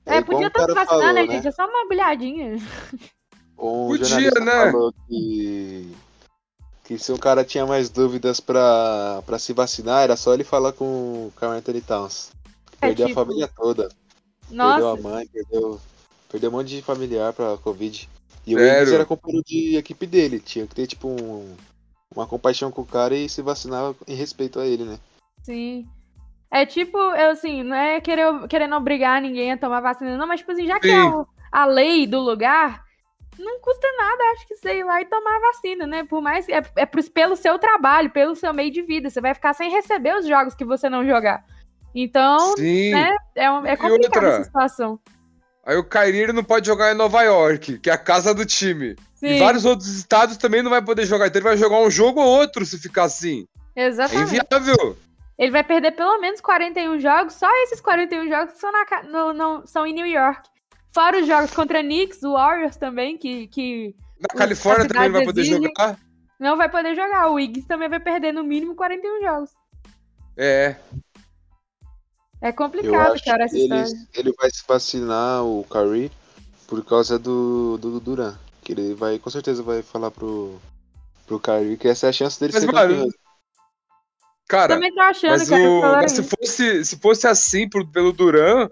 [SPEAKER 3] É
[SPEAKER 1] É,
[SPEAKER 3] igual
[SPEAKER 1] podia
[SPEAKER 3] o cara
[SPEAKER 1] estar vacinando,
[SPEAKER 3] falou,
[SPEAKER 1] né,
[SPEAKER 3] né?
[SPEAKER 1] gente? É só uma agulhadinha.
[SPEAKER 3] Um
[SPEAKER 2] Podia,
[SPEAKER 3] jornalista
[SPEAKER 2] né?
[SPEAKER 3] falou que, que se o cara tinha mais dúvidas pra, pra se vacinar, era só ele falar com o Carl Anthony Towns.
[SPEAKER 1] É,
[SPEAKER 3] Perdeu
[SPEAKER 1] tipo,
[SPEAKER 3] a família toda. Perdeu a
[SPEAKER 1] Nossa,
[SPEAKER 3] mãe, perdeu, perdeu um monte de familiar pra Covid. E o
[SPEAKER 2] Sério?
[SPEAKER 3] Iggs era companheiro de equipe dele. Tinha que ter, tipo, um- uma compaixão com o cara e se vacinar em respeito a ele, né?
[SPEAKER 1] sim. É tipo, eu, assim, não é querer, querendo obrigar ninguém a tomar vacina, não, mas, tipo assim, já que é
[SPEAKER 2] Sim.
[SPEAKER 1] o- a lei do lugar, não custa nada, acho que, sei lá, e tomar a vacina, né? Por mais. É, é pros- pelo seu trabalho, pelo seu meio de vida. Você vai ficar sem receber os jogos que você não jogar. Então,
[SPEAKER 2] Sim.
[SPEAKER 1] né? é, um- é
[SPEAKER 2] E
[SPEAKER 1] complicada
[SPEAKER 2] outra?
[SPEAKER 1] essa situação.
[SPEAKER 2] Aí o Kairi ele não pode jogar em Nova York, que é a casa do time.
[SPEAKER 1] Sim,
[SPEAKER 2] E vários outros estados também não vai poder jogar. Então ele vai jogar um jogo ou outro se ficar assim. É
[SPEAKER 1] exatamente.
[SPEAKER 2] inviável.
[SPEAKER 1] Ele vai perder pelo menos 41 jogos, só esses 41 jogos que são, na, ca- no- no- são em New York. Fora os jogos contra Knicks, Warriors também, que, que
[SPEAKER 2] Na Califórnia também não vai
[SPEAKER 1] cidades
[SPEAKER 2] poder
[SPEAKER 1] exigem.
[SPEAKER 2] jogar.
[SPEAKER 1] não vai poder jogar. O Wiggins também vai perder no mínimo 41 jogos.
[SPEAKER 2] É.
[SPEAKER 1] É
[SPEAKER 3] Eu
[SPEAKER 1] complicado,
[SPEAKER 3] acho
[SPEAKER 1] cara, essa
[SPEAKER 3] que ele,
[SPEAKER 1] história.
[SPEAKER 3] ele vai se vacinar, o Curry, por causa do, do Duran. Que ele vai, com certeza, vai falar pro, pro Curry que essa é a chance dele
[SPEAKER 2] Mas,
[SPEAKER 3] ser
[SPEAKER 2] mano,
[SPEAKER 3] campeão.
[SPEAKER 2] Cara,
[SPEAKER 1] Também tô achando,
[SPEAKER 2] mas,
[SPEAKER 1] cara,
[SPEAKER 2] o,
[SPEAKER 1] falaram
[SPEAKER 2] mas se, fosse, se fosse assim pro- pelo Duran,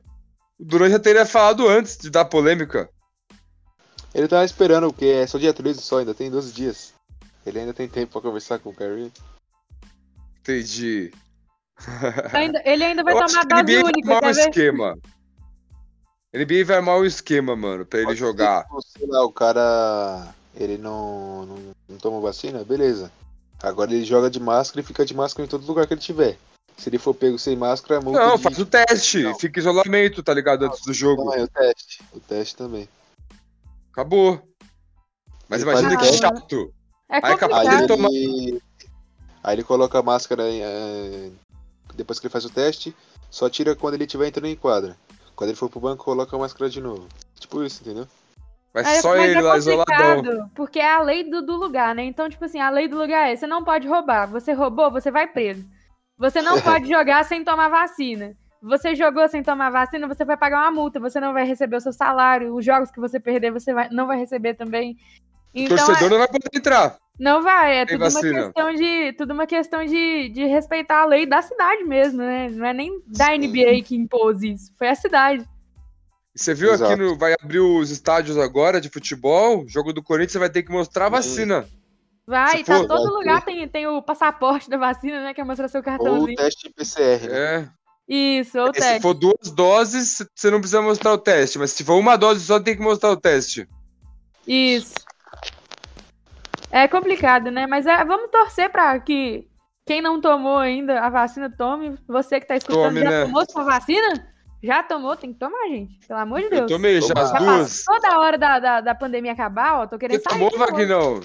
[SPEAKER 2] o Duran já teria falado antes de dar polêmica.
[SPEAKER 3] Ele tava esperando, porque é só dia 13 só, ainda tem 12 dias. Ele ainda tem tempo pra conversar com o Curry.
[SPEAKER 2] Entendi.
[SPEAKER 1] Ainda- ele ainda vai
[SPEAKER 2] Eu acho
[SPEAKER 1] tomar
[SPEAKER 2] que a
[SPEAKER 1] dose
[SPEAKER 2] NBA vai
[SPEAKER 1] única,
[SPEAKER 2] armar um
[SPEAKER 1] quer ver?
[SPEAKER 2] esquema. A NBA vai armar um esquema, mano, pra ele
[SPEAKER 3] Pode ser,
[SPEAKER 2] jogar.
[SPEAKER 3] tipo, Sei lá, o cara. Ele não, não, não toma vacina? Beleza. Agora ele joga de máscara e fica de máscara em todo lugar que ele tiver. Se ele for pego sem máscara, é multa
[SPEAKER 2] Não,
[SPEAKER 3] de...
[SPEAKER 2] faz o teste.
[SPEAKER 3] Não.
[SPEAKER 2] Fica em isolamento, tá ligado? Antes do
[SPEAKER 3] Não,
[SPEAKER 2] jogo.
[SPEAKER 3] é o teste. O teste também.
[SPEAKER 2] Acabou. Mas
[SPEAKER 3] Ele
[SPEAKER 2] imagina que
[SPEAKER 1] faz o teste.
[SPEAKER 2] chato.
[SPEAKER 1] É
[SPEAKER 2] Aí acabou
[SPEAKER 3] Aí
[SPEAKER 2] Tem
[SPEAKER 1] complicado.
[SPEAKER 2] que tomar-
[SPEAKER 3] ele... Aí ele coloca a máscara em, eh, depois que ele faz o teste, só tira quando ele estiver entrando em quadra. Quando ele for pro banco, coloca a máscara de novo. Tipo isso, entendeu?
[SPEAKER 2] Mas
[SPEAKER 1] É,
[SPEAKER 2] só
[SPEAKER 1] mas
[SPEAKER 2] ele
[SPEAKER 1] é
[SPEAKER 2] lá
[SPEAKER 1] complicado,
[SPEAKER 2] isoladão.
[SPEAKER 1] Porque é a lei do, do lugar, né? Então, tipo assim, a lei do lugar é: você não pode roubar. Você roubou, você vai preso. Você
[SPEAKER 2] *laughs*
[SPEAKER 1] não pode jogar sem tomar vacina. Você jogou sem tomar vacina, você vai pagar uma multa. Você não vai receber o seu salário. Os jogos que você perder, você vai- não vai receber também.
[SPEAKER 2] O
[SPEAKER 1] Então,
[SPEAKER 2] torcedor não vai poder entrar.
[SPEAKER 1] não vai. É
[SPEAKER 2] Tem
[SPEAKER 1] tudo uma
[SPEAKER 2] vacina.
[SPEAKER 1] questão de, tudo uma questão de, de respeitar a lei da cidade mesmo, né? Não é nem da
[SPEAKER 3] Sim.
[SPEAKER 1] NBA que impôs isso. Foi a cidade.
[SPEAKER 2] E Você viu
[SPEAKER 3] Exato.
[SPEAKER 2] aqui no. Vai abrir os estádios agora de futebol. Jogo do Corinthians, você vai ter que mostrar a vacina.
[SPEAKER 1] Vai,
[SPEAKER 2] Se
[SPEAKER 1] tá
[SPEAKER 2] for,
[SPEAKER 1] todo
[SPEAKER 3] vai
[SPEAKER 1] lugar tem, tem o passaporte da vacina, né? Que é mostrar seu
[SPEAKER 3] Ou
[SPEAKER 1] cartãozinho.
[SPEAKER 3] o teste de PCR, né?
[SPEAKER 2] É.
[SPEAKER 1] Isso, ou
[SPEAKER 2] E Se
[SPEAKER 1] teste.
[SPEAKER 2] for duas doses, você não precisa mostrar o teste. Mas se for uma dose só, tem que mostrar o teste.
[SPEAKER 1] Isso. É complicado, né? Mas é- vamos torcer pra que quem não tomou ainda a vacina tome. Você que tá escutando
[SPEAKER 2] Tome,
[SPEAKER 1] já
[SPEAKER 2] né?
[SPEAKER 1] tomou sua vacina? Já tomou? Tem que tomar, gente. Pelo amor de
[SPEAKER 2] Eu
[SPEAKER 1] Deus.
[SPEAKER 2] tomei já
[SPEAKER 3] Toma.
[SPEAKER 2] as
[SPEAKER 1] Já
[SPEAKER 2] duas.
[SPEAKER 1] passou da hora da, da, da pandemia acabar, ó. Tô querendo
[SPEAKER 2] Você
[SPEAKER 1] sair.
[SPEAKER 2] tomou,
[SPEAKER 1] de novo.
[SPEAKER 2] Vagnão?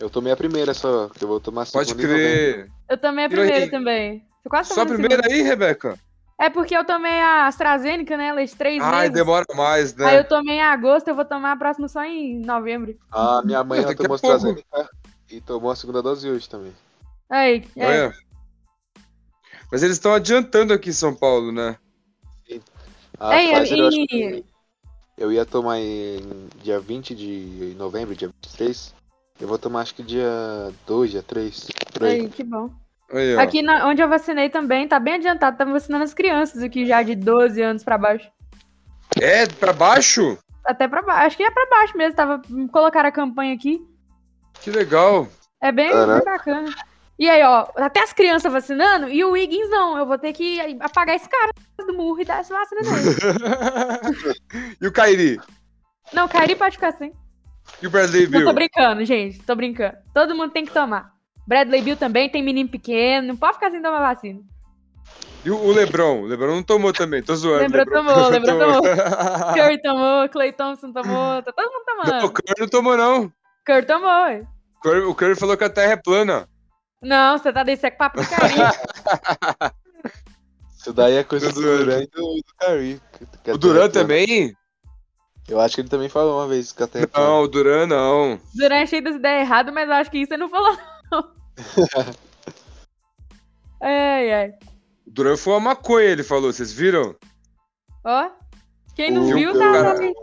[SPEAKER 3] Eu tomei a primeira só, que eu vou tomar a segunda.
[SPEAKER 2] Pode
[SPEAKER 3] em novembro.
[SPEAKER 2] crer.
[SPEAKER 1] Eu tomei a
[SPEAKER 2] Virou
[SPEAKER 1] primeira
[SPEAKER 2] aí.
[SPEAKER 1] também. Tô quase
[SPEAKER 2] Só a
[SPEAKER 1] tomando
[SPEAKER 2] primeira
[SPEAKER 1] segunda.
[SPEAKER 2] aí, Rebeca?
[SPEAKER 1] É porque eu tomei a AstraZeneca, né? Ela é de três
[SPEAKER 2] Ai,
[SPEAKER 1] meses.
[SPEAKER 2] demora mais,
[SPEAKER 3] É.
[SPEAKER 2] né?
[SPEAKER 1] Aí eu tomei em agosto, eu vou tomar a próxima só em novembro.
[SPEAKER 3] A Ah, minha mãe
[SPEAKER 2] Não, *laughs*
[SPEAKER 3] ela
[SPEAKER 2] daqui a
[SPEAKER 3] tomou
[SPEAKER 2] pouco.
[SPEAKER 3] AstraZeneca e tomou a segunda dose hoje também.
[SPEAKER 1] Aí, é.
[SPEAKER 2] Olha. Mas eles estão adiantando aqui em São Paulo, né?
[SPEAKER 3] A
[SPEAKER 1] É, e-
[SPEAKER 3] Pfizer, eu, acho
[SPEAKER 1] e-
[SPEAKER 3] que eu ia tomar em dia 20 de novembro, dia 23. Eu vou tomar acho que dia 2, dia 3. Por aí.
[SPEAKER 1] Aí, que bom.
[SPEAKER 2] Aí, ó.
[SPEAKER 1] Aqui na- onde eu vacinei também, tá bem adiantado, tá vacinando as crianças aqui já de 12 anos pra baixo.
[SPEAKER 2] É, pra baixo?
[SPEAKER 1] Até pra baixo. Acho que é pra baixo mesmo, tava colocaram a campanha aqui.
[SPEAKER 2] Que
[SPEAKER 3] *laughs*
[SPEAKER 2] legal.
[SPEAKER 1] É bem, bem
[SPEAKER 3] Caraca.
[SPEAKER 1] bacana. E aí, ó, até as crianças vacinando e o Wiggins não. Eu vou ter que apagar esse cara do murro e dar essa vacina
[SPEAKER 3] *laughs*
[SPEAKER 1] dele.
[SPEAKER 2] e o Kairi?
[SPEAKER 1] não, Kairi pode ficar assim.
[SPEAKER 2] E o Bradley
[SPEAKER 1] Não
[SPEAKER 2] Bill?
[SPEAKER 1] tô brincando, gente. Tô brincando. Todo mundo tem que tomar. Bradley Bill também, tem menino pequeno. Não pode ficar sem tomar vacina.
[SPEAKER 2] E o o Lebron? O Lebron não tomou também, tô zoando.
[SPEAKER 1] Lembrou, tomou, lembrou, tomou.
[SPEAKER 2] *laughs* tomou.
[SPEAKER 1] Curry tomou, Clay Thompson tomou, tá todo mundo
[SPEAKER 2] Não, o
[SPEAKER 1] tomando.
[SPEAKER 2] Curry não tomou, não.
[SPEAKER 1] Curry tomou. ué.
[SPEAKER 2] O Curry, o Curry falou que a terra é plana.
[SPEAKER 1] Não, você tá desse seco papo do Kairi.
[SPEAKER 2] *laughs*
[SPEAKER 3] Isso daí é coisa
[SPEAKER 2] Do
[SPEAKER 3] do
[SPEAKER 2] Durant.
[SPEAKER 3] Duran e do, do Curry. que- é que
[SPEAKER 2] O é
[SPEAKER 3] até-
[SPEAKER 2] Duran também?
[SPEAKER 3] Eu acho que ele também falou uma vez que até.
[SPEAKER 2] Não, o Duran não.
[SPEAKER 1] Durante achei das ideias erradas, mas acho que isso você não falou,
[SPEAKER 2] *laughs*
[SPEAKER 1] não. Ai, ai.
[SPEAKER 2] O Duran foi uma maconha, ele falou, vocês viram?
[SPEAKER 1] Ó. Quem não
[SPEAKER 2] O-
[SPEAKER 1] viu,
[SPEAKER 2] o
[SPEAKER 1] tá
[SPEAKER 2] cara-
[SPEAKER 1] tá bem.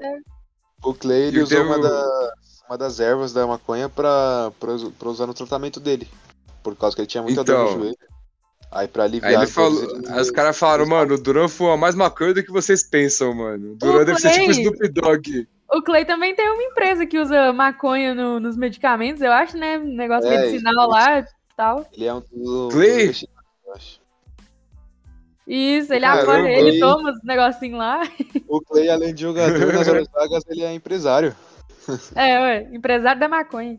[SPEAKER 3] O Clay ele
[SPEAKER 2] E o
[SPEAKER 3] usou uma
[SPEAKER 2] Devil-
[SPEAKER 3] das, uma das ervas da maconha pra, pra, us- pra usar no tratamento dele. Por causa que ele tinha muita dor
[SPEAKER 2] Então.
[SPEAKER 3] no joelho. Aí pra aliviar.
[SPEAKER 2] Aí ele
[SPEAKER 3] todos
[SPEAKER 2] falou,
[SPEAKER 3] eles-
[SPEAKER 2] aí os caras falaram, mano, o Duran foi mais maconha do que vocês pensam, mano. O Duran
[SPEAKER 1] O
[SPEAKER 2] deve ser tipo
[SPEAKER 1] Clay-
[SPEAKER 2] Snoop
[SPEAKER 1] *laughs*
[SPEAKER 2] Dogg.
[SPEAKER 1] O Clay também tem uma empresa que usa maconha no- nos medicamentos, eu acho, né? Um Negócio
[SPEAKER 3] É,
[SPEAKER 1] medicinal
[SPEAKER 3] isso.
[SPEAKER 1] lá e tal.
[SPEAKER 3] Ele é um dos.
[SPEAKER 2] Clay?
[SPEAKER 3] dos investidores, eu acho.
[SPEAKER 1] Isso, ele
[SPEAKER 2] Caramba,
[SPEAKER 1] apoia, ele
[SPEAKER 3] hein?
[SPEAKER 1] toma os negocinhos lá.
[SPEAKER 3] O Clay, além de jogador, nas horas vagas, ele é empresário.
[SPEAKER 1] É, ué, empresário da maconha.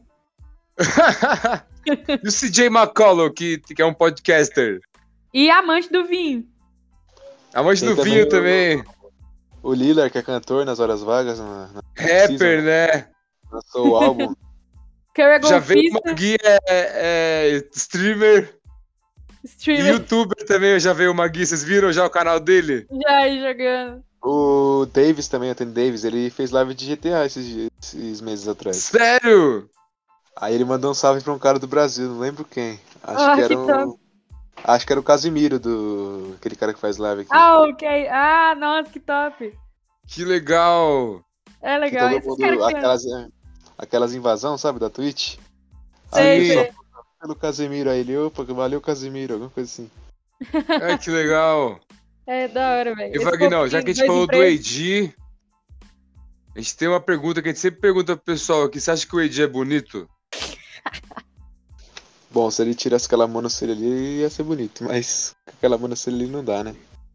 [SPEAKER 2] e o CJ McCollum, que, que é um podcaster.
[SPEAKER 1] E amante do vinho.
[SPEAKER 2] Amante
[SPEAKER 3] Ele
[SPEAKER 2] do
[SPEAKER 3] também-
[SPEAKER 2] vinho também.
[SPEAKER 3] O Lillard, que é cantor nas horas vagas, na- na-
[SPEAKER 2] Rapper, né?
[SPEAKER 3] lançou
[SPEAKER 2] *laughs*
[SPEAKER 3] o álbum.
[SPEAKER 1] Curry é
[SPEAKER 2] Já veio o
[SPEAKER 1] golfista,
[SPEAKER 2] Magui, é, é streamer e
[SPEAKER 1] streamer,
[SPEAKER 2] youtuber também. Já veio o Magui, vocês viram já o canal dele?
[SPEAKER 1] já aí jogando.
[SPEAKER 3] O Davis também, o Anthony Davis, ele fez live de GTA esses, dias- esses meses atrás.
[SPEAKER 2] Sério?
[SPEAKER 3] Aí ele mandou um salve pra um cara do Brasil, não lembro quem. Acho
[SPEAKER 1] Ah,
[SPEAKER 3] que
[SPEAKER 1] que
[SPEAKER 3] era o. Acho que era o Casimiro do. aquele cara que faz live aqui.
[SPEAKER 1] Ah, ok. Ah, nossa, que top.
[SPEAKER 2] Que legal.
[SPEAKER 1] É
[SPEAKER 3] Que
[SPEAKER 1] legal.
[SPEAKER 3] todo
[SPEAKER 1] Esses
[SPEAKER 3] mundo-
[SPEAKER 1] caras que tem-
[SPEAKER 3] aquelas, aquelas invasão, sabe, da Twitch?
[SPEAKER 1] Sei,
[SPEAKER 3] Aí
[SPEAKER 2] Sim.
[SPEAKER 3] só
[SPEAKER 1] sei.
[SPEAKER 3] foi pelo Casimiro aí, ele, opa, valeu Casimiro, alguma coisa assim.
[SPEAKER 2] É, que legal.
[SPEAKER 1] É da hora, velho.
[SPEAKER 2] E,
[SPEAKER 1] Esse
[SPEAKER 2] Vagnão,
[SPEAKER 1] povo
[SPEAKER 2] já
[SPEAKER 1] tem
[SPEAKER 2] que a gente
[SPEAKER 1] dois
[SPEAKER 2] falou do
[SPEAKER 1] empregos.
[SPEAKER 2] Eidi, a gente tem uma pergunta que a gente sempre pergunta pro pessoal aqui. Você acha que o Eidi é bonito?
[SPEAKER 3] Bom, se ele tirasse aquela monocelha ali, ia ser bonito, mas com aquela monocelha ali não dá, né?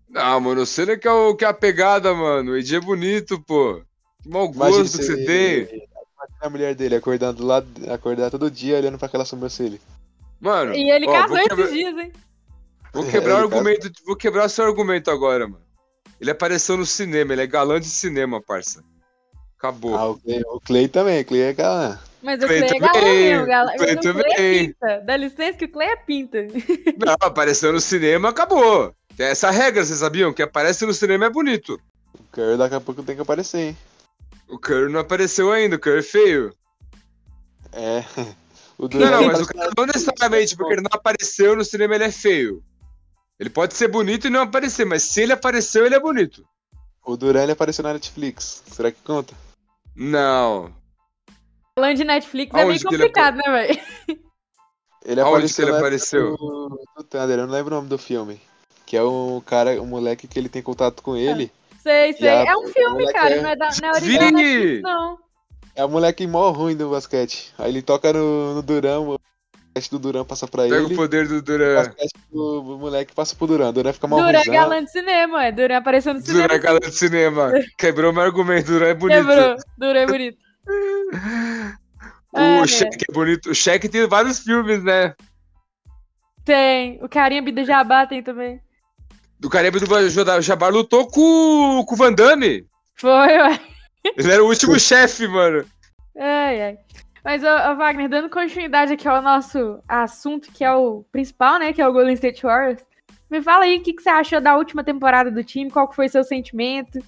[SPEAKER 2] Não, mano, você não é que é, o, que é a pegada, mano. O Eidi é bonito, pô. Que mau
[SPEAKER 3] Imagina
[SPEAKER 2] gosto que
[SPEAKER 3] se-
[SPEAKER 2] você tem.
[SPEAKER 3] Imagina a mulher dele acordando lá, acordar todo dia olhando pra aquela sobrancelha.
[SPEAKER 2] Mano,
[SPEAKER 1] E ele
[SPEAKER 2] ó, vou
[SPEAKER 1] casou
[SPEAKER 2] quebrar-
[SPEAKER 1] esses dias, hein?
[SPEAKER 2] Vou quebrar o
[SPEAKER 3] É, Ele casou.
[SPEAKER 2] argumento, vou quebrar seu argumento agora, mano. Ele apareceu no cinema, ele é galã de cinema, parça. Acabou.
[SPEAKER 3] Ah, o Clay, o Clay também, o Clay é aquela.
[SPEAKER 1] Mas o Clay,
[SPEAKER 2] Clay
[SPEAKER 1] é galã
[SPEAKER 2] também,
[SPEAKER 1] mesmo, galã.
[SPEAKER 2] o Clay
[SPEAKER 1] Mas o Clay é
[SPEAKER 2] também.
[SPEAKER 1] pinta. Dá licença que o Clay é pinta. *laughs*
[SPEAKER 2] Não, apareceu no cinema, acabou. Tem essa regra, vocês sabiam? Que aparece no cinema é bonito.
[SPEAKER 3] O Curry daqui a pouco tem que aparecer, hein?
[SPEAKER 2] O Curry não apareceu ainda, o Curry é feio.
[SPEAKER 3] É. *laughs* O
[SPEAKER 2] Não,
[SPEAKER 3] Durant
[SPEAKER 2] não,
[SPEAKER 3] tá
[SPEAKER 2] mas o
[SPEAKER 3] no
[SPEAKER 2] cara não
[SPEAKER 3] é
[SPEAKER 2] necessariamente, porque tipo, ele não apareceu no cinema, ele é feio. Ele pode ser bonito e não aparecer, mas se ele apareceu, ele é bonito.
[SPEAKER 3] O Duran ele apareceu na Netflix. Será que conta?
[SPEAKER 2] Não.
[SPEAKER 1] Galã de Netflix é
[SPEAKER 2] Aonde
[SPEAKER 1] meio
[SPEAKER 2] que ele
[SPEAKER 1] complicado, né, velho?
[SPEAKER 3] Ele
[SPEAKER 2] Aonde
[SPEAKER 3] apareceu
[SPEAKER 2] que ele
[SPEAKER 3] na época
[SPEAKER 2] apareceu?
[SPEAKER 3] Do, do Thunder, eu não lembro o nome do filme. Que é um cara, um moleque que ele tem contato com ele.
[SPEAKER 1] Sei, sei.
[SPEAKER 3] a-
[SPEAKER 1] É um filme,
[SPEAKER 3] moleque
[SPEAKER 1] cara.
[SPEAKER 3] é-
[SPEAKER 1] Não é, da, não é original da Netflix,
[SPEAKER 2] Vi!
[SPEAKER 1] não.
[SPEAKER 3] É um moleque mó ruim do basquete. Aí ele toca no, no Duran, o basquete do Duran passa pra
[SPEAKER 2] Pega
[SPEAKER 3] ele.
[SPEAKER 2] o poder do
[SPEAKER 3] O
[SPEAKER 2] Duran.
[SPEAKER 3] basquete do do moleque passa pro Duran. O Duran fica mal
[SPEAKER 1] Duran é
[SPEAKER 3] ruimzão.
[SPEAKER 1] galã de cinema, é. Duran apareceu no cinema.
[SPEAKER 2] Duran é galã de
[SPEAKER 1] *laughs*
[SPEAKER 2] cinema. Quebrou meu argumento, Duran é bonito.
[SPEAKER 1] Quebrou. Duran é bonito. É,
[SPEAKER 2] O Shaq é bonito. O Shaq tem vários filmes, né?
[SPEAKER 1] Tem. O Carimbe do Jabá tem também.
[SPEAKER 2] Do Caribe do Jodá- Jabbar lutou com, com o Van Damme.
[SPEAKER 1] Foi, ué.
[SPEAKER 2] Ele era o
[SPEAKER 3] *laughs*
[SPEAKER 2] último chefe, mano.
[SPEAKER 1] Ai, ai. Mas, ô, ô, Wagner, dando continuidade aqui ao nosso assunto, que é o principal, né? Que é o Golden State Warriors. Me fala aí o que, que você achou da última temporada do time, qual que foi seu sentimento.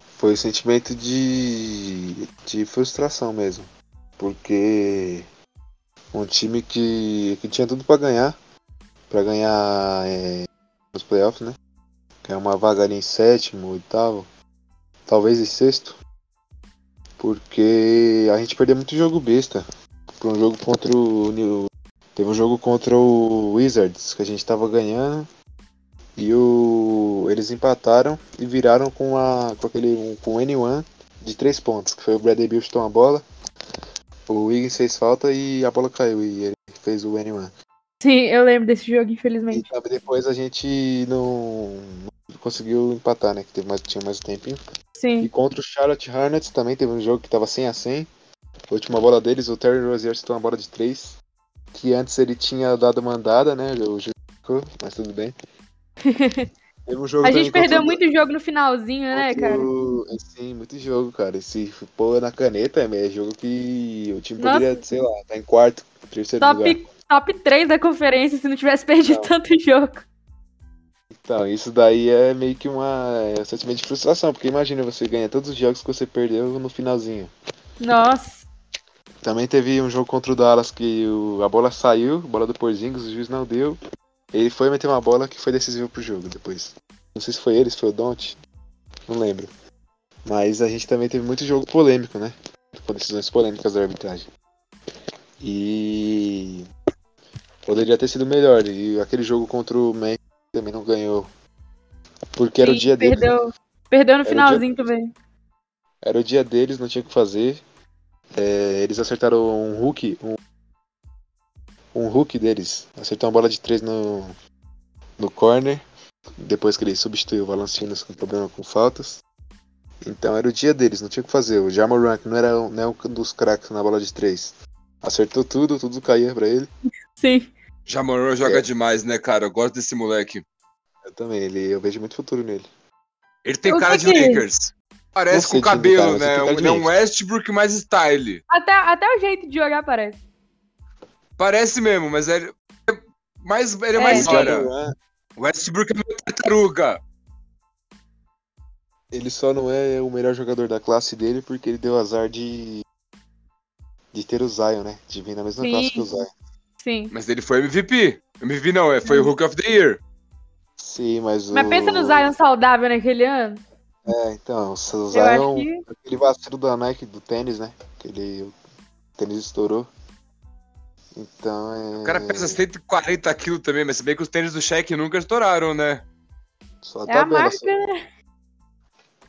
[SPEAKER 3] Foi o sentimento de, de frustração mesmo. Porque Um time que, que tinha tudo pra ganhar. Pra ganhar é, nos playoffs, né? Ganhar uma vaga ali em sétimo, oitavo. Talvez em sexto. Porque a gente perdeu muito jogo besta. Por um jogo contra o. New- Teve um jogo contra o Wizards que a gente tava ganhando. E o. Eles empataram e viraram com a. com aquele. com o N1 de três pontos. Que foi o Bradley Bill chutou uma bola. O Wiggins fez falta e a bola caiu. E ele fez o N1.
[SPEAKER 1] Sim, eu lembro desse jogo,
[SPEAKER 3] E
[SPEAKER 1] infelizmente.
[SPEAKER 3] sabe, depois a gente não, não conseguiu empatar, né? Que teve mais, tinha mais um tempinho. E
[SPEAKER 1] Sim.
[SPEAKER 3] contra o Charlotte Hornets também teve um jogo que tava 100 a 100. A última bola deles, o Terry Rozier citou uma bola de 3, que antes ele tinha dado mandada, né? O Ju- mas
[SPEAKER 1] *laughs*
[SPEAKER 3] tudo bem. Teve um jogo
[SPEAKER 1] A
[SPEAKER 3] também
[SPEAKER 1] gente perdeu
[SPEAKER 3] contra o-
[SPEAKER 1] muito jogo no finalzinho, né,
[SPEAKER 3] contra
[SPEAKER 1] cara?
[SPEAKER 3] o- Sim, muito jogo, cara. E se pôr na caneta, é jogo que o time poderia, sei lá, tá em quarto, terceiro lugar.
[SPEAKER 1] Top, top 3 da conferência se não tivesse *laughs* perdido
[SPEAKER 3] Não.
[SPEAKER 1] tanto jogo.
[SPEAKER 3] Então, isso daí é meio que uma, é um sentimento de frustração, porque imagina você ganha todos os jogos que você perdeu no finalzinho.
[SPEAKER 1] Nossa.
[SPEAKER 3] Também teve um jogo contra o Dallas que o- a bola saiu, bola do Porzingis, o juiz não deu. Ele foi meter uma bola que foi decisiva pro jogo depois. Não sei se foi ele, se foi o Don't, não lembro. Mas a gente também teve muito jogo polêmico, né? Com decisões polêmicas da arbitragem. E poderia ter sido melhor. E aquele jogo contra o Memphis também não ganhou. Porque era o
[SPEAKER 1] Sim,
[SPEAKER 3] dia dele.
[SPEAKER 1] perdeu, Perdeu no
[SPEAKER 3] Era o
[SPEAKER 1] finalzinho também.
[SPEAKER 3] Era o dia deles, não tinha o que fazer. É, eles acertaram um hook. Um, um hook deles. Acertou uma bola de três no, no corner. Depois que ele substituiu o Valanciunas com problema com faltas. Então era o dia deles, não tinha o que fazer. O Jamoran, que não era um- não é um dos craques na bola de três. Acertou tudo, tudo caía pra ele.
[SPEAKER 1] Sim.
[SPEAKER 2] Jamoran joga demais, né, cara? Eu gosto desse moleque.
[SPEAKER 3] Eu também, ele, eu vejo muito futuro nele.
[SPEAKER 2] Ele tem
[SPEAKER 1] Eu
[SPEAKER 2] cara de
[SPEAKER 1] sei que-
[SPEAKER 2] Lakers. Parece
[SPEAKER 3] Eu
[SPEAKER 2] com
[SPEAKER 3] sei
[SPEAKER 2] o
[SPEAKER 3] que ele
[SPEAKER 2] cabelo,
[SPEAKER 3] tem cara,
[SPEAKER 2] né?
[SPEAKER 3] eu sei que ele
[SPEAKER 2] Ele é
[SPEAKER 3] tem
[SPEAKER 2] um Westbrook mais style.
[SPEAKER 1] Até, até o jeito de jogar parece.
[SPEAKER 2] Parece mesmo, mas ele é mais, ele é
[SPEAKER 1] É.
[SPEAKER 2] mais fora.
[SPEAKER 3] Jamoran,
[SPEAKER 2] Westbrook é meio tartaruga.
[SPEAKER 3] Ele só não é o melhor jogador da classe dele porque ele deu azar de. de ter o Zion, né? De vir na mesma
[SPEAKER 1] Sim.
[SPEAKER 3] classe que o Zion.
[SPEAKER 1] Sim.
[SPEAKER 2] Mas ele foi MVP. MVP não, é, foi o Hook of the Year.
[SPEAKER 3] Sim, mas o.
[SPEAKER 1] Mas pensa no Zion saudável naquele ano.
[SPEAKER 3] É, então. O Zion, tá
[SPEAKER 1] Eu acho que.
[SPEAKER 3] aquele vacilo da Nike do tênis, né? Que ele. O tênis estourou. Então é.
[SPEAKER 2] O cara pesa 140 quilos também, mas se bem que os tênis do Shaq nunca estouraram, né?
[SPEAKER 3] Só a
[SPEAKER 1] É a
[SPEAKER 3] tabela,
[SPEAKER 1] marca,
[SPEAKER 3] só.
[SPEAKER 1] né?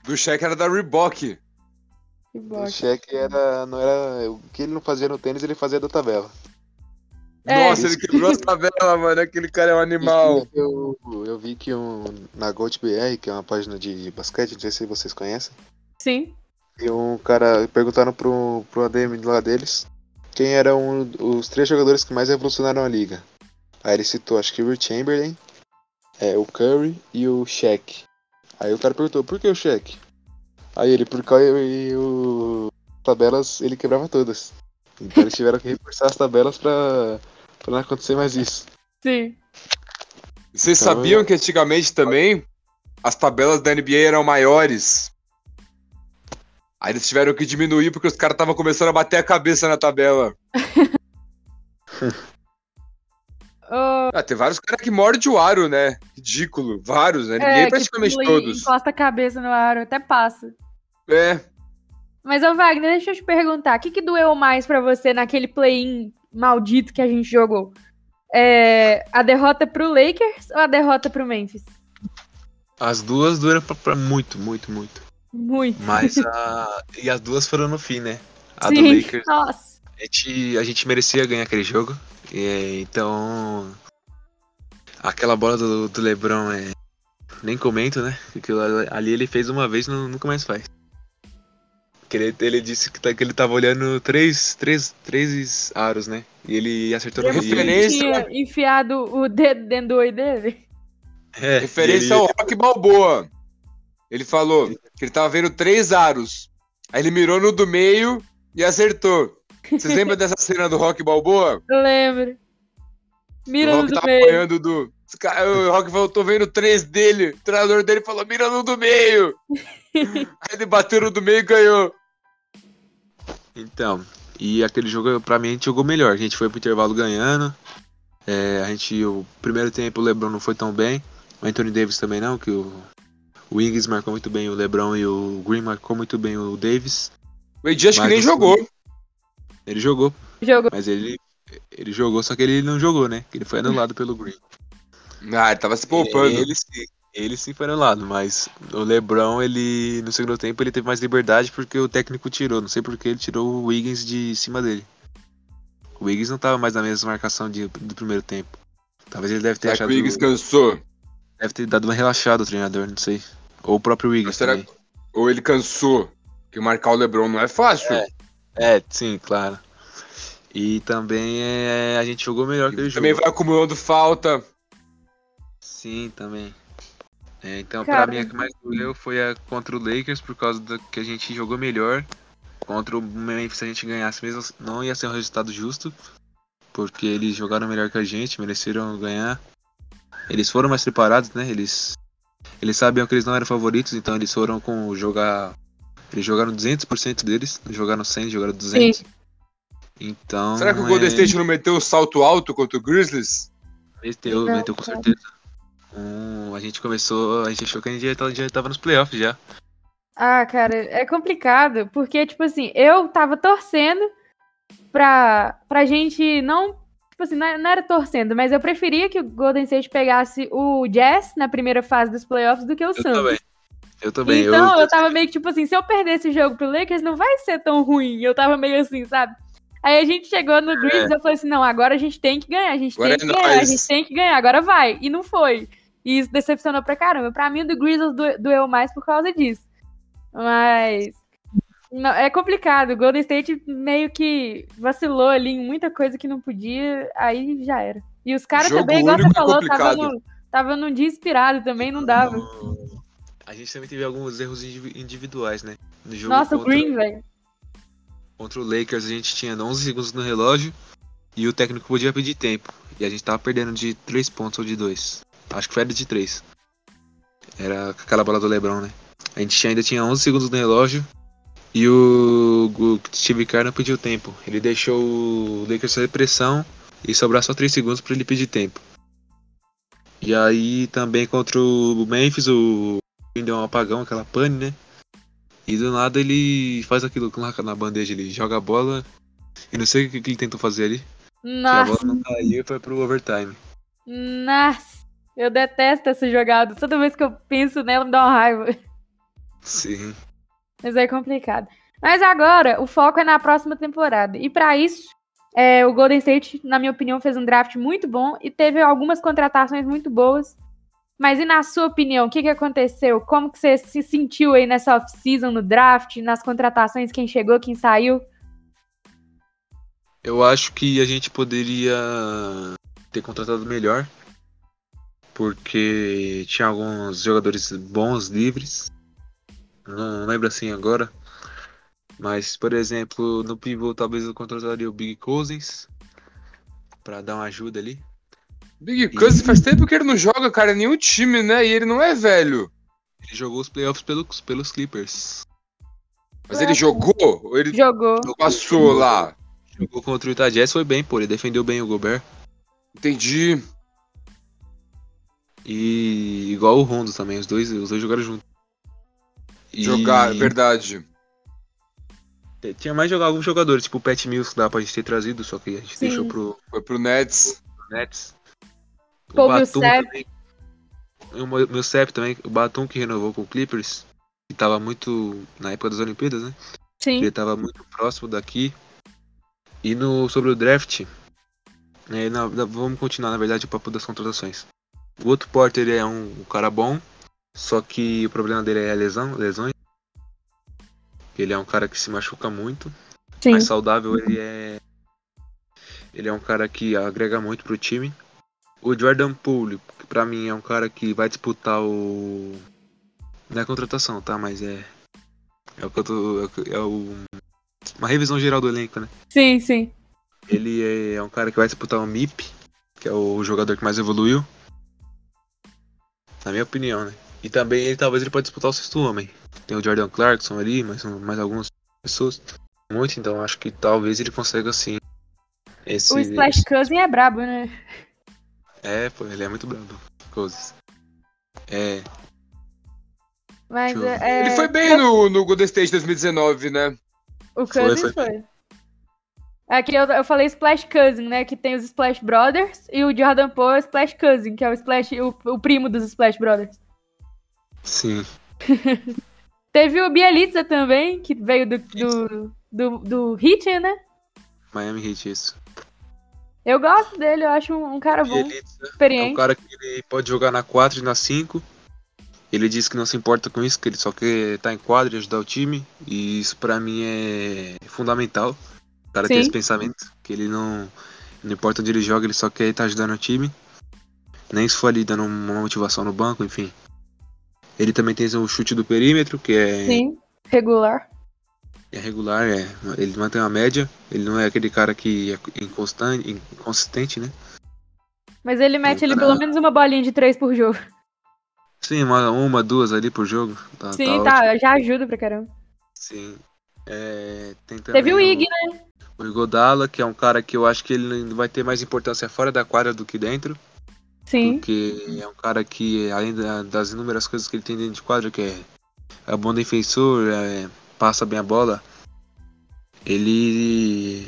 [SPEAKER 2] Do Shaq era da Reebok.
[SPEAKER 1] Que
[SPEAKER 3] O
[SPEAKER 1] bosta.
[SPEAKER 3] cheque era. não era. O que ele não fazia no tênis, ele fazia da tabela.
[SPEAKER 1] É.
[SPEAKER 2] Nossa, ele quebrou as tabelas, mano. Aquele cara é um animal.
[SPEAKER 3] Eu, eu vi que um, na Gold BR, que é uma página de basquete, não sei se vocês conhecem.
[SPEAKER 1] Sim.
[SPEAKER 3] E um cara perguntaram pro, pro ADM lá deles quem eram os três jogadores que mais revolucionaram a liga. Aí ele citou, acho que o Will Chamberlain, é, o Curry e o Shaq. Aí o cara perguntou, por que o Shaq? Aí ele, por causa e o tabelas ele quebrava todas. Então eles tiveram que reforçar as tabelas pra, pra não acontecer mais isso.
[SPEAKER 1] Sim.
[SPEAKER 2] Vocês
[SPEAKER 3] Então,
[SPEAKER 2] sabiam que antigamente também as tabelas da NBA eram maiores? Aí eles tiveram que diminuir porque os caras estavam começando a bater a cabeça na tabela.
[SPEAKER 3] *laughs*
[SPEAKER 1] Oh,
[SPEAKER 2] Ah, tem vários caras que mordem o aro, né? Ridículo. Vários, né? NBA
[SPEAKER 1] É, que
[SPEAKER 2] praticamente
[SPEAKER 1] pula e
[SPEAKER 2] todos.
[SPEAKER 1] Encosta a cabeça no aro, até passa.
[SPEAKER 2] É.
[SPEAKER 1] Mas, ô Wagner, deixa eu te perguntar, o que, que doeu mais pra você naquele play-in maldito que a gente jogou? É, a derrota pro Lakers ou a derrota pro Memphis?
[SPEAKER 3] As duas duram pra, pra muito, muito, muito.
[SPEAKER 1] Muito.
[SPEAKER 3] Mas a. e as duas foram no fim, né? A do
[SPEAKER 1] Sim.
[SPEAKER 3] Lakers
[SPEAKER 1] Nossa.
[SPEAKER 3] A gente, a gente merecia ganhar aquele jogo. E, então. Aquela bola do, do Lebron é. Nem comento, né? Aquilo ali- ali ele fez uma vez nu- nunca mais faz. Que ele, ele disse que, tá- que ele tava olhando três, três, três aros, né? E ele acertou no
[SPEAKER 2] Referência
[SPEAKER 3] ele-
[SPEAKER 2] Esse-
[SPEAKER 1] Tinha enfiado o dedo dentro do oi dele. *laughs*
[SPEAKER 3] É,
[SPEAKER 2] Referência
[SPEAKER 3] ele-
[SPEAKER 2] ao Rock Balboa. Ele falou que ele tava vendo três aros. Aí ele mirou no do meio e acertou. Vocês lembram dessa cena do Rock Balboa?
[SPEAKER 1] Eu lembro. Mira
[SPEAKER 2] o
[SPEAKER 1] no
[SPEAKER 2] Rock
[SPEAKER 1] do
[SPEAKER 2] tava
[SPEAKER 1] meio.
[SPEAKER 2] tá apanhando do. Os ca- O Rock falou, tô vendo três dele. O treinador dele falou, mira no do
[SPEAKER 1] *laughs*
[SPEAKER 2] meio. Aí ele bateu no do meio e ganhou.
[SPEAKER 3] Então, E aquele jogo, pra mim, a gente jogou melhor. A gente foi pro intervalo ganhando. É, a gente, o primeiro tempo, o Lebron não foi tão bem. O Anthony Davis também não, que o, o Ings marcou muito bem o Lebron e o Green marcou muito bem o Davis.
[SPEAKER 2] O AD acho que nem jogou.
[SPEAKER 3] Ele jogou,
[SPEAKER 1] Jogou.
[SPEAKER 3] mas ele, ele jogou, só que ele não jogou, né? Que ele foi anulado pelo Green.
[SPEAKER 2] Ah, ele tava se poupando.
[SPEAKER 3] Ele sim, ele sim foi anulado, mas o LeBron, ele no segundo tempo, ele teve mais liberdade porque o técnico tirou. Não sei porque ele tirou o Wiggins de cima dele. O Wiggins não tava mais na mesma marcação de- do primeiro tempo. Talvez ele deve ter
[SPEAKER 2] Será que
[SPEAKER 3] achado.
[SPEAKER 2] o Wiggins cansou?
[SPEAKER 3] Deve ter dado uma relaxada ao treinador, não sei. Ou o próprio Wiggins
[SPEAKER 2] Mas será-
[SPEAKER 3] também.
[SPEAKER 2] Ou ele cansou? Que marcar o LeBron não é fácil.
[SPEAKER 3] É, sim, claro. E também é, a gente jogou melhor que ele
[SPEAKER 2] Também
[SPEAKER 3] jogou.
[SPEAKER 2] vai acumulando falta.
[SPEAKER 3] Sim, também. É, então,
[SPEAKER 1] Cara.
[SPEAKER 3] pra mim, a que mais doeu foi a contra o Lakers, por causa do que a gente jogou melhor. Contra o Memphis, se a gente ganhasse mesmo, não ia ser um resultado justo, porque eles jogaram melhor que a gente, mereceram ganhar. Eles foram mais preparados, né? Eles, eles sabiam que eles não eram favoritos, então eles foram com jogar. Eles jogaram 200% deles, não jogaram 100, jogaram 200. Então.
[SPEAKER 2] Será que o Golden
[SPEAKER 3] é,
[SPEAKER 2] State não meteu um salto alto contra o Grizzlies?
[SPEAKER 3] Meteu,
[SPEAKER 1] Não,
[SPEAKER 3] meteu com
[SPEAKER 1] cara.
[SPEAKER 3] certeza. Hum, a gente começou, a gente achou que a gente já tava, já tava nos playoffs já.
[SPEAKER 1] Ah, cara, é complicado, porque, tipo assim, eu tava torcendo pra, pra gente não. Tipo assim, não era- não era torcendo, mas eu preferia que o Golden State pegasse o Jazz na primeira fase dos playoffs do que o
[SPEAKER 3] Eu
[SPEAKER 1] Suns.
[SPEAKER 3] também. Eu também.
[SPEAKER 1] então, eu,
[SPEAKER 3] eu,
[SPEAKER 1] tava meio que tipo assim, se eu perder esse jogo pro Lakers, não vai ser tão ruim. Eu tava meio assim, sabe? Aí a gente chegou no Grizzlies, eu falei assim, não, agora a gente tem que ganhar, a gente
[SPEAKER 2] É. Agora
[SPEAKER 1] tem
[SPEAKER 2] é
[SPEAKER 1] que ganhar, a
[SPEAKER 2] nóis.
[SPEAKER 1] gente tem que ganhar, agora vai. E não foi. E isso decepcionou pra caramba. Pra mim, o do Grizzlies doe- doeu mais por causa disso. Mas... não, é complicado, o Golden State meio que vacilou ali em muita coisa que não podia, aí já era. E os caras
[SPEAKER 2] Jogo
[SPEAKER 1] também, igual você
[SPEAKER 2] único é
[SPEAKER 1] falou, tava
[SPEAKER 2] complicado.
[SPEAKER 1] no, tava num dia inspirado também, não dava.
[SPEAKER 3] A gente também teve alguns erros indivi- individuais, né? No jogo
[SPEAKER 1] Nossa, o
[SPEAKER 3] contra,
[SPEAKER 1] Green, velho.
[SPEAKER 3] contra o Lakers, a gente tinha 11 segundos no relógio e o técnico podia pedir tempo. E a gente tava perdendo de 3 pontos ou de 2. Acho que foi a de 3. Era aquela bola do Lebron, né? A gente tinha- ainda tinha 11 segundos no relógio e o, o Steve Kerr não pediu tempo. Ele deixou o Lakers fazer pressão e sobrar só 3 segundos pra ele pedir tempo. E aí também contra o Memphis, o Green deu um apagão, aquela pane, né? E do nada ele faz aquilo que lá na bandeja, ele joga a bola e não sei o que, que ele tentou fazer ali. que a
[SPEAKER 1] Nossa.
[SPEAKER 3] bola não caiu e foi pro overtime.
[SPEAKER 1] Nossa, eu detesto essa jogada. Toda vez que eu penso nela, me dá uma raiva. *laughs*
[SPEAKER 3] Sim.
[SPEAKER 1] Mas é complicado. Mas agora, o foco é na próxima temporada. E pra isso, é, o Golden State, na minha opinião, fez um draft muito bom e teve algumas contratações muito boas. Mas e na sua opinião, o que, que aconteceu? Como que você se sentiu aí nessa off-season, no draft, nas contratações, quem chegou, quem saiu?
[SPEAKER 3] Eu acho que a gente poderia ter contratado melhor. Porque tinha alguns jogadores bons livres. Não lembro assim agora. Mas, por exemplo, no pivô talvez eu contrataria o Big Cousins. Pra dar uma ajuda ali.
[SPEAKER 2] Big Cousins faz tempo que ele não joga, cara, em nenhum time, né? E ele não é velho.
[SPEAKER 3] Ele jogou os playoffs pelos, pelos Clippers.
[SPEAKER 2] Mas ele jogou? Ou ele
[SPEAKER 1] Jogou.
[SPEAKER 2] passou lá?
[SPEAKER 3] Jogou contra o Utah Jazz, foi bem, pô. Ele defendeu bem o Gobert.
[SPEAKER 2] Entendi.
[SPEAKER 3] E igual o Rondo também, os dois, os dois jogaram juntos. E
[SPEAKER 2] Jogar, é verdade.
[SPEAKER 3] te- Tinha mais jogar alguns jogadores, tipo o Pat Mills, que dá pra gente ter trazido, só que a gente
[SPEAKER 1] Sim.
[SPEAKER 3] deixou pro
[SPEAKER 2] Foi pro Nets.
[SPEAKER 3] Nets.
[SPEAKER 1] Pô, Millsap.
[SPEAKER 3] também. E O meu também, o Batum que renovou com o Clippers, que tava muito. na época das Olimpíadas, né?
[SPEAKER 1] Sim.
[SPEAKER 3] Ele tava muito próximo daqui. E no sobre o draft, né, na- na- vamos continuar na verdade o papo das contratações. O outro Porter é um, um cara bom, só que o problema dele é a lesão, lesões. Ele é um cara que se machuca muito,
[SPEAKER 1] Sim.
[SPEAKER 3] mas saudável ele é. Ele é um cara que agrega muito pro time. O Jordan Poole, que pra mim é um cara que vai disputar o. Não é contratação, tá? Mas é. É o que eu tô. é o que- É o... Uma revisão geral do elenco, né?
[SPEAKER 1] Sim, sim.
[SPEAKER 3] Ele é- é um cara que vai disputar o MIP, que é o jogador que mais evoluiu. Na minha opinião, né? E também ele talvez ele pode disputar o sexto homem. Tem o Jordan Clarkson ali, mais, um- mais algumas pessoas. muito, então acho que talvez ele consiga assim. Esse,
[SPEAKER 1] O Splash Cousin é brabo, né?
[SPEAKER 3] É, pô, ele é muito brabo. Coisas. É,
[SPEAKER 1] Mas
[SPEAKER 3] Deixa eu ver.
[SPEAKER 1] é,
[SPEAKER 2] Ele foi bem no, no Golden State 2019, né?
[SPEAKER 1] o
[SPEAKER 3] Foi,
[SPEAKER 1] Cousin foi.
[SPEAKER 3] foi.
[SPEAKER 1] Aqui eu, eu falei Splash Cousin, né? Que tem os Splash Brothers e o Jordan Poole é o Splash Cousin, que é o Splash, o, o primo dos Splash Brothers.
[SPEAKER 3] sim.
[SPEAKER 1] Teve o Bielitsa também, que veio do, do, do, do Hit, né?
[SPEAKER 3] Miami Heat, isso.
[SPEAKER 1] Eu gosto dele, eu acho um, um cara bom,
[SPEAKER 3] E ele é um
[SPEAKER 1] experiente.
[SPEAKER 3] cara que ele pode jogar na 4 e na 5. Ele diz que não se importa com isso, que ele só quer estar em quadra e ajudar o time. E isso pra mim é fundamental. O cara
[SPEAKER 1] Sim.
[SPEAKER 3] tem esse pensamento, que ele não. Não importa onde ele joga, ele só quer estar ajudando o time. Nem se for ali dando uma motivação no banco, enfim. Ele também tem o chute do perímetro, que é
[SPEAKER 1] Sim, regular.
[SPEAKER 3] É regular, é. Ele mantém uma média. Ele não é aquele cara que é inconstante, inconsistente, né?
[SPEAKER 1] Mas ele mete ali
[SPEAKER 3] cara- Ah,
[SPEAKER 1] pelo menos uma bolinha de três por jogo.
[SPEAKER 3] Sim, uma, uma duas ali por jogo. Tá,
[SPEAKER 1] Sim,
[SPEAKER 3] ótimo.
[SPEAKER 1] tá, já ajuda pra caramba.
[SPEAKER 3] Sim. É, tem também
[SPEAKER 1] Teve o Ig, né?
[SPEAKER 3] O Igodala, que é um cara que eu acho que ele vai ter mais importância fora da quadra do que dentro.
[SPEAKER 1] Sim.
[SPEAKER 3] Porque é um cara que, além da- das inúmeras coisas que ele tem dentro de quadra, que é, é bom defensor, é, passa bem a bola, ele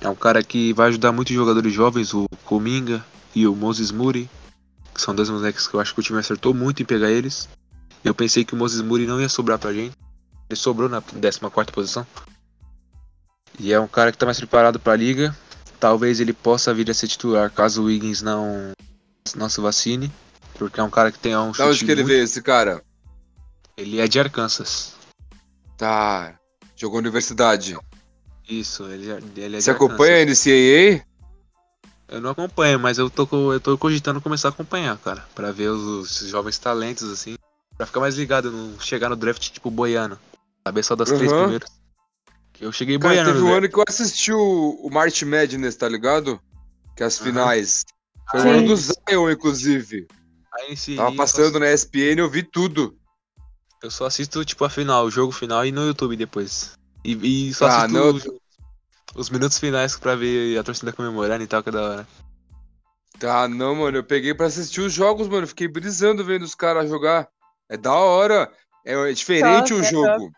[SPEAKER 3] é um cara que vai ajudar muitos jogadores jovens, o Cominga e o Moses Muri, que são dois moleques que eu acho que o time acertou muito em pegar eles. Eu pensei que o Moses Muri não ia sobrar pra gente, ele sobrou na 14ª posição. E é um cara que tá mais preparado pra liga, talvez ele possa vir a ser titular caso o Wiggins não, não se vacine, porque é um cara que tem um
[SPEAKER 2] Da onde
[SPEAKER 3] chute
[SPEAKER 2] que ele
[SPEAKER 3] muito-
[SPEAKER 2] veio, esse cara?
[SPEAKER 3] ele é de Arkansas.
[SPEAKER 2] Tá. Jogou
[SPEAKER 3] É
[SPEAKER 2] universidade.
[SPEAKER 3] Isso, ele, é- ele é
[SPEAKER 2] Você
[SPEAKER 3] de
[SPEAKER 2] acompanha a NCAA?
[SPEAKER 3] Arkansas. Eu não acompanho, mas eu tô, co- eu tô cogitando começar a acompanhar, cara. Pra ver os, os jovens talentos, assim. Pra ficar mais ligado, não chegar no draft tipo boiano. Saber só das três
[SPEAKER 2] Uhum.
[SPEAKER 3] primeiras. Que eu cheguei
[SPEAKER 2] Cara,
[SPEAKER 3] boiano,
[SPEAKER 2] teve um
[SPEAKER 3] né?
[SPEAKER 2] ano que eu assisti o, o March Madness, tá ligado? Que as
[SPEAKER 3] Aham.
[SPEAKER 2] finais. Foi
[SPEAKER 1] Sim.
[SPEAKER 2] o ano do Zion, inclusive.
[SPEAKER 3] Aí, esse-
[SPEAKER 2] Tava passando na ESPN, eu vi tudo.
[SPEAKER 3] Eu só assisto, tipo, a final, o jogo final e no YouTube depois. E, e só
[SPEAKER 2] Ah,
[SPEAKER 3] assisto
[SPEAKER 2] não,
[SPEAKER 3] os- os minutos finais pra ver a torcida comemorando e tal, que é da hora.
[SPEAKER 2] Tá, não, mano. Eu peguei pra assistir os jogos, mano. Fiquei brisando vendo os caras jogar. É da hora. É, é diferente
[SPEAKER 1] Top,
[SPEAKER 2] o
[SPEAKER 1] é
[SPEAKER 2] jogo.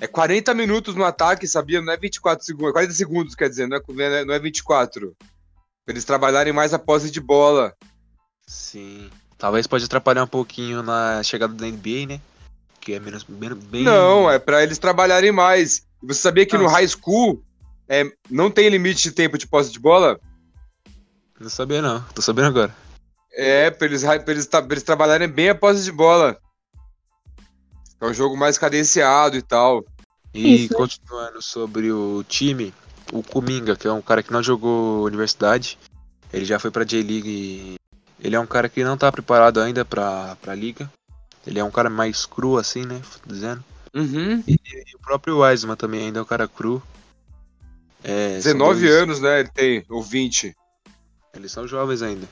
[SPEAKER 2] É 40 minutos no ataque, sabia? Não é 24 segundos. 40 segundos, quer dizer. Não é, não é- não é 24. Pra eles trabalharem mais a posse de bola.
[SPEAKER 3] Sim. Talvez pode atrapalhar um pouquinho na chegada da NBA, né? Que é menos, bem, bem-
[SPEAKER 2] Não, é pra eles trabalharem mais. E Você sabia que no
[SPEAKER 3] Nossa.
[SPEAKER 2] high school é, não tem limite de tempo de posse de bola?
[SPEAKER 3] Não sabia não, tô sabendo agora.
[SPEAKER 2] É, pra eles, ra- pra eles, tra- pra eles trabalharem bem a posse de bola. É um jogo mais cadenciado e tal.
[SPEAKER 3] E
[SPEAKER 1] Isso.
[SPEAKER 3] continuando sobre o time, o Kuminga, que é um cara que não jogou universidade, ele já foi pra J-League. Ele é um cara que não tá preparado ainda pra, pra liga. Ele é um cara mais cru assim, né? Dizendo.
[SPEAKER 2] Uhum.
[SPEAKER 3] E o próprio Wiseman também ainda é um cara cru. É, são
[SPEAKER 2] 19
[SPEAKER 3] dois-
[SPEAKER 2] anos, né? Ele tem, ou 20.
[SPEAKER 3] Eles são jovens ainda.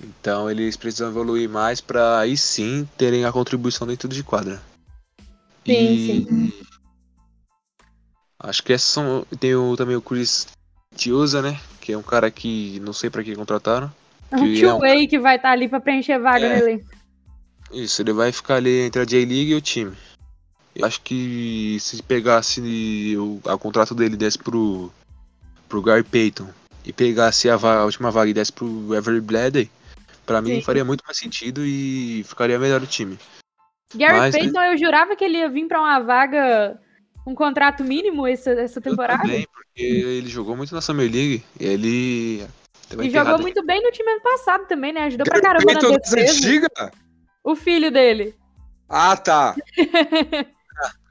[SPEAKER 3] Então eles precisam evoluir mais pra aí sim terem a contribuição dentro de quadra.
[SPEAKER 1] Sim,
[SPEAKER 3] sim. Acho que esses são. Tem o, também o Chris Tiusa, né? Que é um cara que não sei pra que contrataram.
[SPEAKER 1] Um
[SPEAKER 3] Que é um-
[SPEAKER 1] two-way que vai estar ali pra preencher vaga
[SPEAKER 3] É.
[SPEAKER 1] no elenco.
[SPEAKER 3] Isso, ele vai ficar ali entre a J-League e o time. Eu acho que se pegasse o a contrato dele e desse pro, pro Gary Payton e pegasse a, va- a última vaga e desse pro Everly Bledley, pra mim
[SPEAKER 1] Sim.
[SPEAKER 3] faria muito mais sentido e ficaria melhor o time.
[SPEAKER 1] Gary
[SPEAKER 3] Mas, né?
[SPEAKER 1] Payton, eu jurava que ele ia vir pra uma vaga, um contrato mínimo essa, essa
[SPEAKER 3] Eu
[SPEAKER 1] temporada.
[SPEAKER 3] também, porque ele jogou muito na Summer League e ele... tá vai
[SPEAKER 1] E
[SPEAKER 3] enterrar
[SPEAKER 1] jogou
[SPEAKER 3] daqui.
[SPEAKER 1] muito bem no time ano passado também, né? Ajudou pra
[SPEAKER 2] Gary
[SPEAKER 1] caramba na
[SPEAKER 2] Payton das
[SPEAKER 1] defesa.
[SPEAKER 2] antigas?
[SPEAKER 1] O filho dele.
[SPEAKER 2] Ah, tá.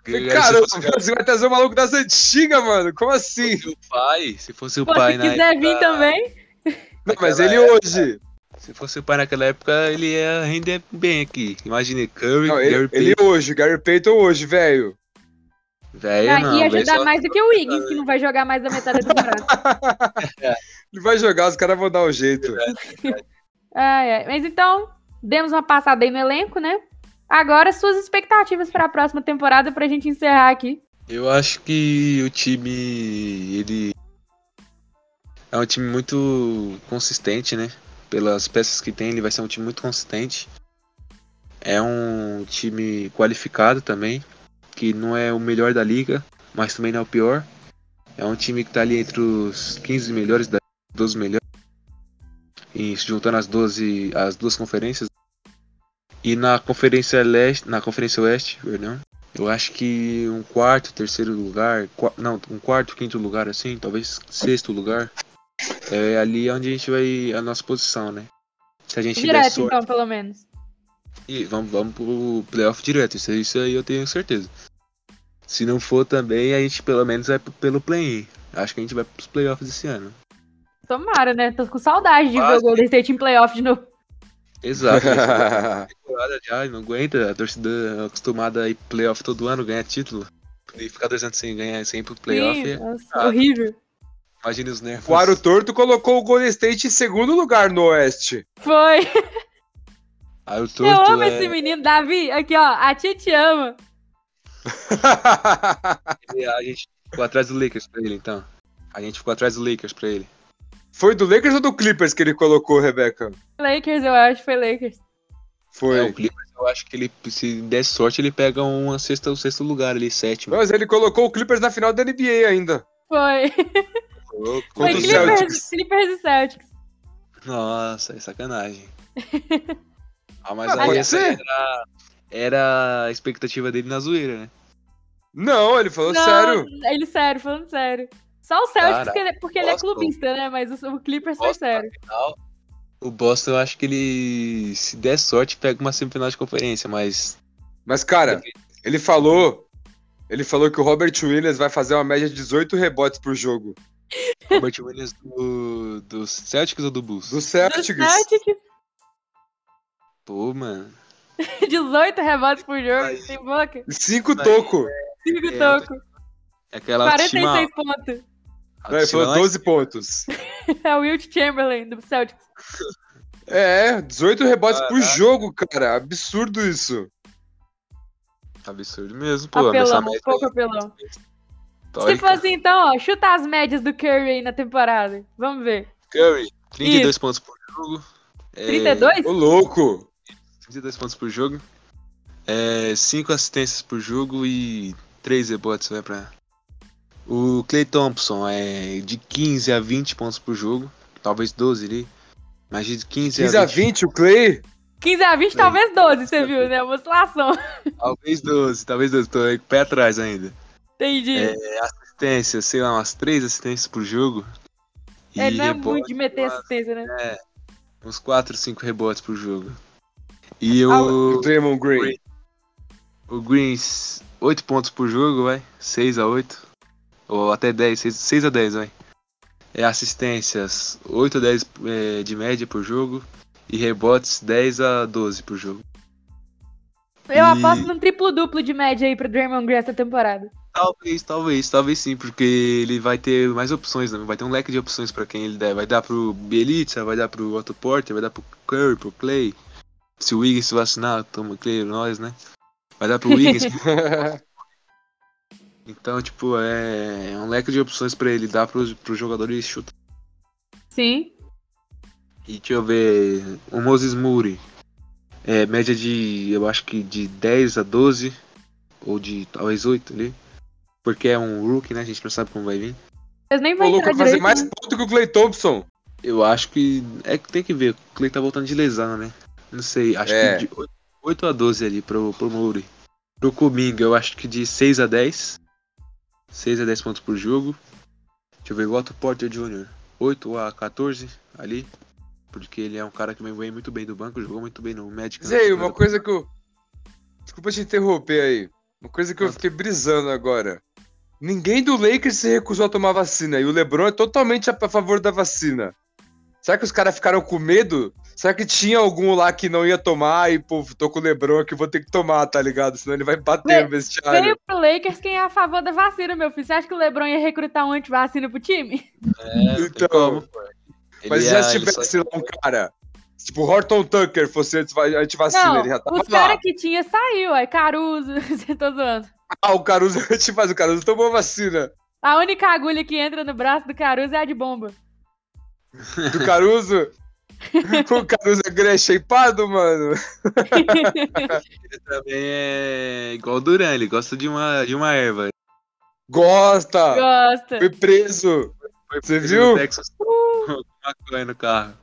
[SPEAKER 3] Ele- é
[SPEAKER 2] Cara,
[SPEAKER 3] se fosse,
[SPEAKER 2] você vai trazer o maluco das antigas, mano. Como
[SPEAKER 3] se
[SPEAKER 2] assim?
[SPEAKER 3] fosse o pai, se fosse o
[SPEAKER 1] Pô,
[SPEAKER 3] pai
[SPEAKER 1] se
[SPEAKER 3] na
[SPEAKER 1] quiser
[SPEAKER 3] época-
[SPEAKER 1] vir também.
[SPEAKER 2] Não, mas
[SPEAKER 3] naquela
[SPEAKER 2] ele
[SPEAKER 3] época-
[SPEAKER 2] hoje.
[SPEAKER 3] Se fosse o pai naquela época, ele ia render bem aqui. Imagine Curry,
[SPEAKER 2] Não,
[SPEAKER 3] Gary
[SPEAKER 2] ele,
[SPEAKER 3] Payton.
[SPEAKER 2] ele hoje, Gary Payton hoje, velho.
[SPEAKER 3] Velho,
[SPEAKER 1] Ah,
[SPEAKER 3] não,
[SPEAKER 1] ia
[SPEAKER 3] velho,
[SPEAKER 1] ajudar
[SPEAKER 3] só-
[SPEAKER 1] mais do que o Wiggins, que não vai jogar mais da metade da
[SPEAKER 3] *laughs*
[SPEAKER 1] temporada.
[SPEAKER 2] Ele vai jogar, os caras vão dar um
[SPEAKER 3] *laughs*
[SPEAKER 2] jeito.
[SPEAKER 1] Ai, ai. Mas então, demos uma passada aí no elenco, né? Agora, suas expectativas para a próxima temporada pra gente encerrar aqui.
[SPEAKER 3] Eu acho que o time ele é um time muito consistente, né? Pelas peças que tem, ele vai ser um time muito consistente. É um time qualificado também, que não é o melhor da liga, mas também não é o pior. É um time que tá ali entre os 15 melhores, da 12 melhores, e se juntando as 12, as duas conferências. E na conferência leste, na conferência oeste, perdão, eu acho que um quarto, terceiro lugar, qu não, um quarto, quinto lugar assim, talvez sexto lugar. É ali onde a gente vai a nossa posição, né? Se a gente
[SPEAKER 1] Direto,
[SPEAKER 3] sorte,
[SPEAKER 1] então, pelo menos.
[SPEAKER 3] E vamos, vamos pro playoff direto, isso, isso aí eu tenho certeza. Se não for também, a gente pelo menos vai p- pelo play-in. Acho que a gente vai pros playoffs esse ano.
[SPEAKER 1] Tomara, né? Tô com saudade de ver
[SPEAKER 3] Quase.
[SPEAKER 1] o Golden State em playoff de novo. *laughs*
[SPEAKER 3] Exato. temporada já, não aguenta. A torcida acostumada a ir playoff todo ano, ganhar título. E ficar dois anos sem ganhar sempre pro playoff.
[SPEAKER 1] Sim,
[SPEAKER 3] é-
[SPEAKER 1] nossa,
[SPEAKER 3] Ah.
[SPEAKER 1] horrível.
[SPEAKER 3] Imagina os nervos.
[SPEAKER 2] O Aro Torto colocou o Golden State em segundo lugar no Oeste. *laughs*
[SPEAKER 1] Foi.
[SPEAKER 3] Aro
[SPEAKER 1] Eu
[SPEAKER 3] torto
[SPEAKER 1] amo
[SPEAKER 3] é-
[SPEAKER 1] esse menino, Davi. Aqui, ó. A tia te ama.
[SPEAKER 3] A gente ficou atrás do Lakers pra ele, então. A gente ficou atrás do Lakers pra ele.
[SPEAKER 2] Foi do Lakers ou do Clippers que ele colocou, Rebeca?
[SPEAKER 1] Lakers, eu acho, foi Lakers.
[SPEAKER 2] Foi.
[SPEAKER 3] É, o Clippers, eu acho que ele, se der sorte, ele pega uma sexta, um sexto lugar ali, sétimo.
[SPEAKER 2] Mas ele colocou o Clippers na final da NBA ainda.
[SPEAKER 1] Foi. Foi
[SPEAKER 2] Contra o Celtics.
[SPEAKER 1] Clippers, Clippers e Celtics.
[SPEAKER 3] Nossa, é sacanagem. Ah, mas
[SPEAKER 2] Ah,
[SPEAKER 3] aí
[SPEAKER 2] pode
[SPEAKER 3] essa
[SPEAKER 2] ser?
[SPEAKER 3] Era, era a expectativa dele na zoeira, né?
[SPEAKER 2] Não, ele falou
[SPEAKER 1] Não,
[SPEAKER 2] sério.
[SPEAKER 1] Ele sério, falando sério. Só o Celtics,
[SPEAKER 3] Cara,
[SPEAKER 1] que ele- porque ele é
[SPEAKER 3] Boston.
[SPEAKER 1] clubista, né? Mas o, o Clippers foi
[SPEAKER 3] Boston,
[SPEAKER 1] sério.
[SPEAKER 3] Final. O Boston, eu acho que ele, se der sorte, pega uma semifinal de conferência, mas
[SPEAKER 2] Mas, cara, ele falou. Ele falou que o Robert Williams vai fazer uma média de 18 rebotes por jogo.
[SPEAKER 3] Robert Williams do, do Celtics ou do Bulls?
[SPEAKER 2] Do Celtics.
[SPEAKER 1] Dos Celtics,
[SPEAKER 3] Pô, mano.
[SPEAKER 1] 18 rebotes por jogo.
[SPEAKER 3] Mas-
[SPEAKER 1] Sem boca.
[SPEAKER 2] Cinco
[SPEAKER 3] Mas-
[SPEAKER 2] toco.
[SPEAKER 1] 5
[SPEAKER 3] É,
[SPEAKER 1] tocos.
[SPEAKER 3] É Aquela autoestima
[SPEAKER 1] 46 pontos. *laughs*
[SPEAKER 2] Não, ele falou
[SPEAKER 3] Autoestima
[SPEAKER 2] 12 pontos.
[SPEAKER 1] É o Wilt Chamberlain do Celtics.
[SPEAKER 2] É, 18 rebotes por
[SPEAKER 3] Caraca.
[SPEAKER 2] jogo, cara. Absurdo isso.
[SPEAKER 3] Absurdo mesmo, pô.
[SPEAKER 1] apelão,
[SPEAKER 3] Essa
[SPEAKER 1] um
[SPEAKER 3] média
[SPEAKER 1] pouco
[SPEAKER 3] é
[SPEAKER 1] apelão. Se
[SPEAKER 3] histórica.
[SPEAKER 1] fosse então, ó, chuta as médias do Curry aí na temporada. Vamos ver.
[SPEAKER 3] Curry, 32 pontos por jogo. É,
[SPEAKER 1] 32?
[SPEAKER 2] Ô, louco.
[SPEAKER 3] 32 pontos por jogo. 5 assistências por jogo e 3 rebotes, vai pra. O Clay Thompson é de 15 a 20 pontos por jogo. Talvez 12 ali. Mas de 15,
[SPEAKER 2] 15 a 20, o Clay.
[SPEAKER 1] 15 a 20,
[SPEAKER 3] Sim.
[SPEAKER 1] talvez 12, você viu, né? Uma oscilação. *laughs*
[SPEAKER 3] Talvez 12, talvez 12. Tô aí com o pé atrás ainda.
[SPEAKER 1] Entendi.
[SPEAKER 3] É, Assistências, sei lá, umas 3 assistências por jogo. E
[SPEAKER 1] Ele não é
[SPEAKER 3] rebote,
[SPEAKER 1] muito de meter
[SPEAKER 3] umas-
[SPEAKER 1] assistência, né?
[SPEAKER 3] uns 4, 5 rebotes por jogo. E
[SPEAKER 1] Ah,
[SPEAKER 2] O
[SPEAKER 3] o,
[SPEAKER 2] Draymond Green.
[SPEAKER 3] o Greens, 8 pontos por jogo, vai. 6 a 8. Ou até 10, 6, 6 a 10, vai. É assistências, 8 a 10 é, de média por jogo. E rebotes, 10 a 12 por jogo.
[SPEAKER 1] Eu
[SPEAKER 3] E-
[SPEAKER 1] aposto num triplo-duplo de média aí pro Draymond Green essa temporada.
[SPEAKER 3] Talvez, talvez, talvez sim, porque ele vai ter mais opções, né? vai ter um leque de opções pra quem ele der. Vai dar pro Bielitsa, vai dar pro Otto Porter, vai dar pro Curry, pro Clay. Se o Wiggins se vacinar, toma o Clay, nós, né? Vai dar pro Wiggins. então, tipo, é, é um leque de opções pra ele dar pros, pros jogadores chutar.
[SPEAKER 1] Sim.
[SPEAKER 3] E deixa eu ver, o Moses Moody, é, média de, eu acho que de 10 a 12, ou de talvez 8 ali. Porque é um rookie, né? A gente não sabe como vai vir.
[SPEAKER 1] Vocês nem
[SPEAKER 2] Ô,
[SPEAKER 1] vão
[SPEAKER 2] louco,
[SPEAKER 1] entrar
[SPEAKER 2] vai fazer
[SPEAKER 1] direito.
[SPEAKER 2] mais
[SPEAKER 1] né?
[SPEAKER 2] ponto que o Clay Thompson.
[SPEAKER 3] Eu acho que. É que tem que ver. O Clay tá voltando de lesão, né? Não sei. Acho
[SPEAKER 2] É.
[SPEAKER 3] que de 8, a 12 ali pro, pro Mouri. Pro Kuminga, eu acho que de 6 a 10. 6 a 10 pontos por jogo. Deixa eu ver. O Otto Porter Jr. 8 a 14 ali. Porque ele é um cara que vem muito bem do banco. Jogou muito bem no Magic.
[SPEAKER 2] Mas
[SPEAKER 3] né?
[SPEAKER 2] aí, uma coisa que eu. Desculpa te interromper aí. Uma coisa que eu
[SPEAKER 3] Não.
[SPEAKER 2] fiquei brisando agora. Ninguém do Lakers se recusou a tomar vacina. E o Lebron é totalmente a a favor da vacina. Será que os caras ficaram com medo? Será que tinha algum lá que não ia tomar e, pô, tô com o Lebron aqui, vou ter que tomar, tá ligado? Senão ele vai bater
[SPEAKER 1] Veio-
[SPEAKER 2] no vestiário.
[SPEAKER 1] Veio pro Lakers quem é a favor da vacina, meu filho. Você acha que o LeBron ia recrutar um antivacina pro time?
[SPEAKER 3] É, não tem
[SPEAKER 2] Então,
[SPEAKER 3] como, pô. Ele
[SPEAKER 2] Mas
[SPEAKER 3] é-
[SPEAKER 2] já se
[SPEAKER 3] ele só-
[SPEAKER 2] tivesse lá um cara. Tipo, o Horton Tucker fosse antivacina,
[SPEAKER 1] Não,
[SPEAKER 2] ele já tava
[SPEAKER 1] os
[SPEAKER 2] lá.
[SPEAKER 1] *laughs* caras que tinha saiu, aí Caruso, você tá zoando.
[SPEAKER 2] Ah, o Caruso, eu te faz, o Caruso tomou vacina.
[SPEAKER 1] A única agulha que entra no braço do Caruso é a de
[SPEAKER 2] *laughs*
[SPEAKER 1] bomba. *laughs*
[SPEAKER 2] Do Caruso. o Caruso é grande shapeado, mano.
[SPEAKER 3] Ele também é igual o Duran, ele gosta de uma, de uma erva.
[SPEAKER 2] Gosta!
[SPEAKER 1] Gosta.
[SPEAKER 2] Foi preso.
[SPEAKER 3] Foi
[SPEAKER 2] Você
[SPEAKER 3] preso
[SPEAKER 2] viu?
[SPEAKER 3] no Texas com maconha no carro.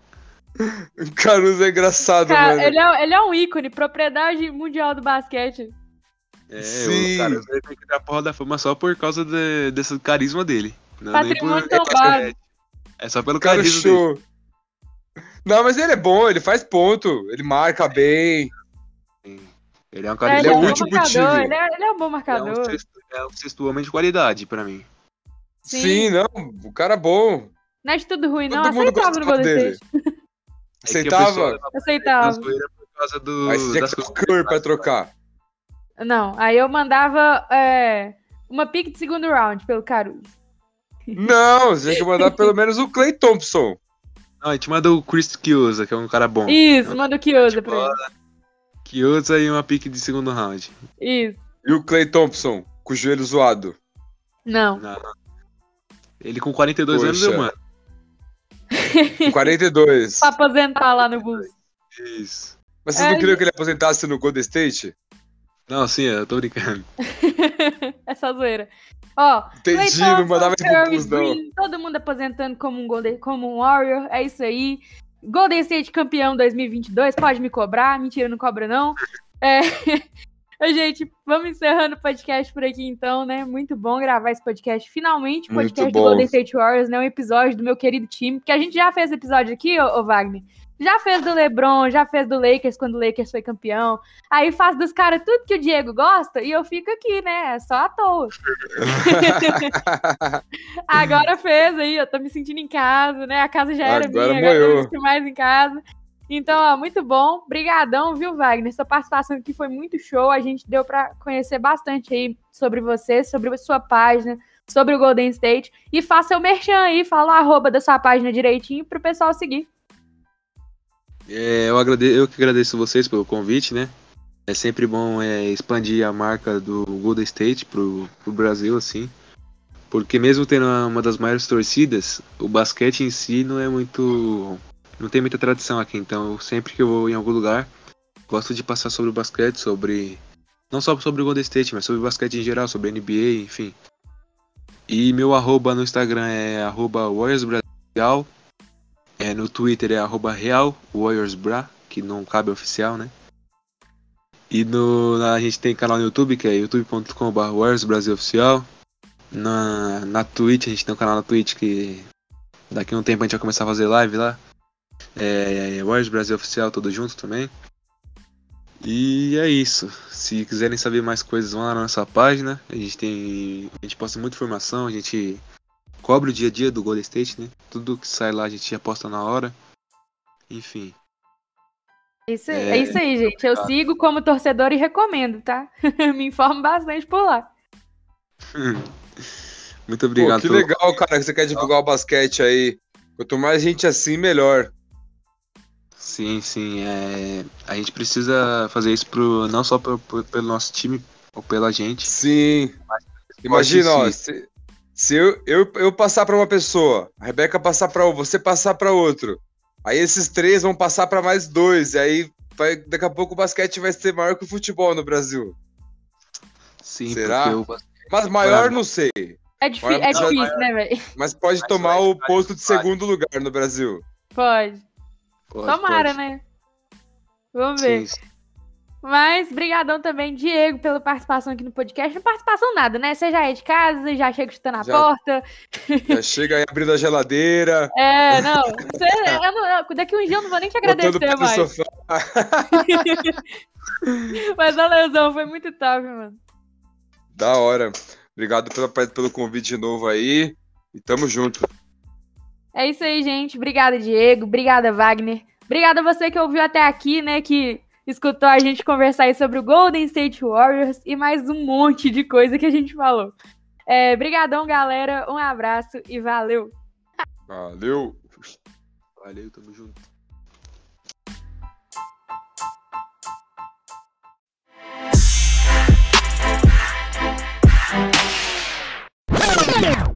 [SPEAKER 2] O Caruso é engraçado,
[SPEAKER 1] Cara,
[SPEAKER 2] mano.
[SPEAKER 1] ele, é, ele é um ícone, propriedade mundial do basquete.
[SPEAKER 3] É,
[SPEAKER 2] Sim.
[SPEAKER 3] o cara ele tem que dar a porra da fama só por causa de- desse carisma dele. Não,
[SPEAKER 1] Patrimônio tombado.
[SPEAKER 3] É só pelo
[SPEAKER 2] O cara é
[SPEAKER 3] carisma dele.
[SPEAKER 2] show. Não, mas ele é bom, ele faz ponto, ele marca bem.
[SPEAKER 3] Ele é um
[SPEAKER 1] É,
[SPEAKER 3] cara
[SPEAKER 2] ele é
[SPEAKER 1] um bom
[SPEAKER 2] útil pro
[SPEAKER 1] marcador,
[SPEAKER 2] time.
[SPEAKER 1] Ele é, ele é um bom
[SPEAKER 3] é um,
[SPEAKER 1] marcador.
[SPEAKER 3] sexto, é um sexto homem de qualidade pra mim.
[SPEAKER 1] Sim.
[SPEAKER 2] Sim, não, o cara é bom.
[SPEAKER 1] Não é de tudo ruim, não.
[SPEAKER 2] Todo mundo
[SPEAKER 1] Aceitava no
[SPEAKER 2] gostava
[SPEAKER 1] Golden
[SPEAKER 2] dele.
[SPEAKER 1] State.
[SPEAKER 3] É que a
[SPEAKER 2] Aceitava?
[SPEAKER 3] pessoa leva na
[SPEAKER 1] Aceitava.
[SPEAKER 3] zoeira por causa do.
[SPEAKER 2] Aí você tinha
[SPEAKER 3] das
[SPEAKER 2] que dar
[SPEAKER 3] coisas
[SPEAKER 2] o cor pra
[SPEAKER 1] *laughs*
[SPEAKER 3] erradas.
[SPEAKER 2] trocar.
[SPEAKER 1] Não, aí eu mandava é, uma pique de segundo round pelo Caruso.
[SPEAKER 2] Não, você tinha que mandar pelo menos o Clay Thompson.
[SPEAKER 3] Não, a gente manda o Chris Kiosa, que é um cara bom.
[SPEAKER 1] Isso, manda o Kyoza pra
[SPEAKER 3] Bola, Kiosa e uma pique de segundo round.
[SPEAKER 1] ele. Isso.
[SPEAKER 2] E o Clay Thompson, com o
[SPEAKER 1] *laughs*
[SPEAKER 2] joelho zoado.
[SPEAKER 1] Não.
[SPEAKER 3] Não, não. Ele com 42 anos
[SPEAKER 2] Poxa.
[SPEAKER 3] eu mando.
[SPEAKER 2] com 42.
[SPEAKER 1] Pra aposentar lá no *laughs* Bulls.
[SPEAKER 3] Isso.
[SPEAKER 2] Mas vocês
[SPEAKER 1] É,
[SPEAKER 2] não queriam que ele aposentasse no Golden State?
[SPEAKER 3] Não, sim, eu tô brincando.
[SPEAKER 1] Essa É zoeira. Ó,
[SPEAKER 2] Entendi,
[SPEAKER 1] Clay
[SPEAKER 2] não mandava
[SPEAKER 1] Thompson,
[SPEAKER 2] ele pro
[SPEAKER 1] Curry,
[SPEAKER 2] Bulls, não.
[SPEAKER 1] Green, todo mundo aposentando como um, Golden, como um Warrior, é isso aí. Golden State campeão 2022, pode me cobrar, mentira, não cobra não. É, *laughs* gente, vamos encerrando o podcast por aqui então, né? Muito bom gravar esse podcast, finalmente, o
[SPEAKER 2] Muito
[SPEAKER 1] podcast do
[SPEAKER 2] bom.
[SPEAKER 1] Golden State Warriors, né? Um episódio do meu querido time, que a gente já fez episódio aqui, ô, ô Wagner. Já fez do LeBron, já fez do Lakers quando o Lakers foi campeão. Aí faz dos caras tudo que o Diego gosta e eu fico aqui, né? É só à
[SPEAKER 2] *laughs*
[SPEAKER 1] toa. Agora fez aí, eu tô me sentindo em casa, né? A casa já era
[SPEAKER 2] Agora
[SPEAKER 1] minha, agora eu
[SPEAKER 2] moiou.
[SPEAKER 1] não estou mais em casa. Então, ó, muito bom. Brigadão, viu, Wagner? Sua participação aqui foi muito show. A gente deu pra conhecer bastante aí sobre você, sobre a sua página, sobre o Golden State. E faça o merchan aí, fala o arroba da sua página direitinho pro pessoal seguir.
[SPEAKER 3] É, eu, agrade... eu que agradeço vocês pelo convite, né? É sempre bom é, expandir a marca do Golden State pro, pro Brasil, assim. Porque mesmo tendo uma das maiores torcidas, o basquete em si não é muito. não tem muita tradição aqui. Então eu sempre que eu vou em algum lugar, gosto de passar sobre o basquete, sobre. Não só sobre o Golden State, mas sobre o basquete em geral, sobre a NBA, enfim. E meu arroba no Instagram é arroba WarriorsBrasil. É, no Twitter é arroba real warriorsbra, que não cabe oficial, né? E no, na- a gente tem canal no YouTube, que é youtube.com.br warriorsbrasiloficial. Na, na Twitch, a gente tem um canal na Twitch que daqui a um tempo a gente vai começar a fazer live lá. É, Warriors Brasil Oficial, tudo junto também. E é isso. Se quiserem saber mais coisas, vão lá na nossa página. A gente tem. A gente posta muita informação, a gente cobre o dia a dia do Golden State, né? Tudo que sai lá a gente já posta na hora. Enfim. *laughs*
[SPEAKER 1] É isso aí,
[SPEAKER 3] É.
[SPEAKER 1] é isso aí gente. Eu sigo como torcedor e recomendo, tá? *laughs* me informo bastante por lá.
[SPEAKER 3] Muito
[SPEAKER 2] Pô,
[SPEAKER 3] obrigado.
[SPEAKER 2] que
[SPEAKER 3] pelo-
[SPEAKER 2] legal, cara, que você quer divulgar o basquete aí. Quanto mais gente assim, melhor.
[SPEAKER 3] Sim, sim. é, A gente precisa fazer isso pro... não só pro- pro- pelo nosso time ou pela gente.
[SPEAKER 2] Sim. Imagina, ó, se, se eu, eu, eu passar pra uma pessoa, a Rebeca passar pra outra, você passar pra outro. Aí esses três vão passar pra mais dois. E aí vai- daqui a pouco o basquete vai ser maior que o futebol no Brasil.
[SPEAKER 3] Sim,
[SPEAKER 2] Será?
[SPEAKER 3] porque o-
[SPEAKER 2] Mas maior, não sei.
[SPEAKER 1] É, difí-
[SPEAKER 2] Olha,
[SPEAKER 1] é
[SPEAKER 2] mas-
[SPEAKER 1] difícil, né, velho? *laughs*
[SPEAKER 2] Mas pode
[SPEAKER 3] Mas
[SPEAKER 2] tomar
[SPEAKER 3] vai-
[SPEAKER 2] o
[SPEAKER 3] vai-
[SPEAKER 2] posto de
[SPEAKER 3] vai.
[SPEAKER 2] segundo lugar no Brasil.
[SPEAKER 1] Pode.
[SPEAKER 3] Pode,
[SPEAKER 1] Tomara,
[SPEAKER 3] pode.
[SPEAKER 1] né? Vamos ver.
[SPEAKER 3] Sim, sim.
[SPEAKER 1] Mas, brigadão também, Diego, pela participação aqui no podcast. Não participação nada, né? Você já é de casa, já chega chutando a
[SPEAKER 2] Já.
[SPEAKER 1] porta.
[SPEAKER 2] Já chega aí abrindo a geladeira,
[SPEAKER 3] *laughs*
[SPEAKER 1] É, não. Você, eu não- eu- daqui um dia eu não vou nem te
[SPEAKER 2] botando o pé
[SPEAKER 1] agradecer
[SPEAKER 2] no
[SPEAKER 1] mais.
[SPEAKER 2] sofá.
[SPEAKER 1] *laughs* Mas, Leozão, foi muito top, mano.
[SPEAKER 2] Da hora. Obrigado pela, pelo convite de novo aí. E tamo junto.
[SPEAKER 1] É isso aí, gente. Obrigada, Diego. Obrigada, Wagner. Obrigada a você que ouviu até aqui, né? Que escutou a gente conversar aí sobre o Golden State Warriors e mais um monte de coisa que a gente falou. É, brigadão, galera. Um abraço e valeu.
[SPEAKER 2] Valeu.
[SPEAKER 3] Valeu, tamo junto.
[SPEAKER 2] Tchau.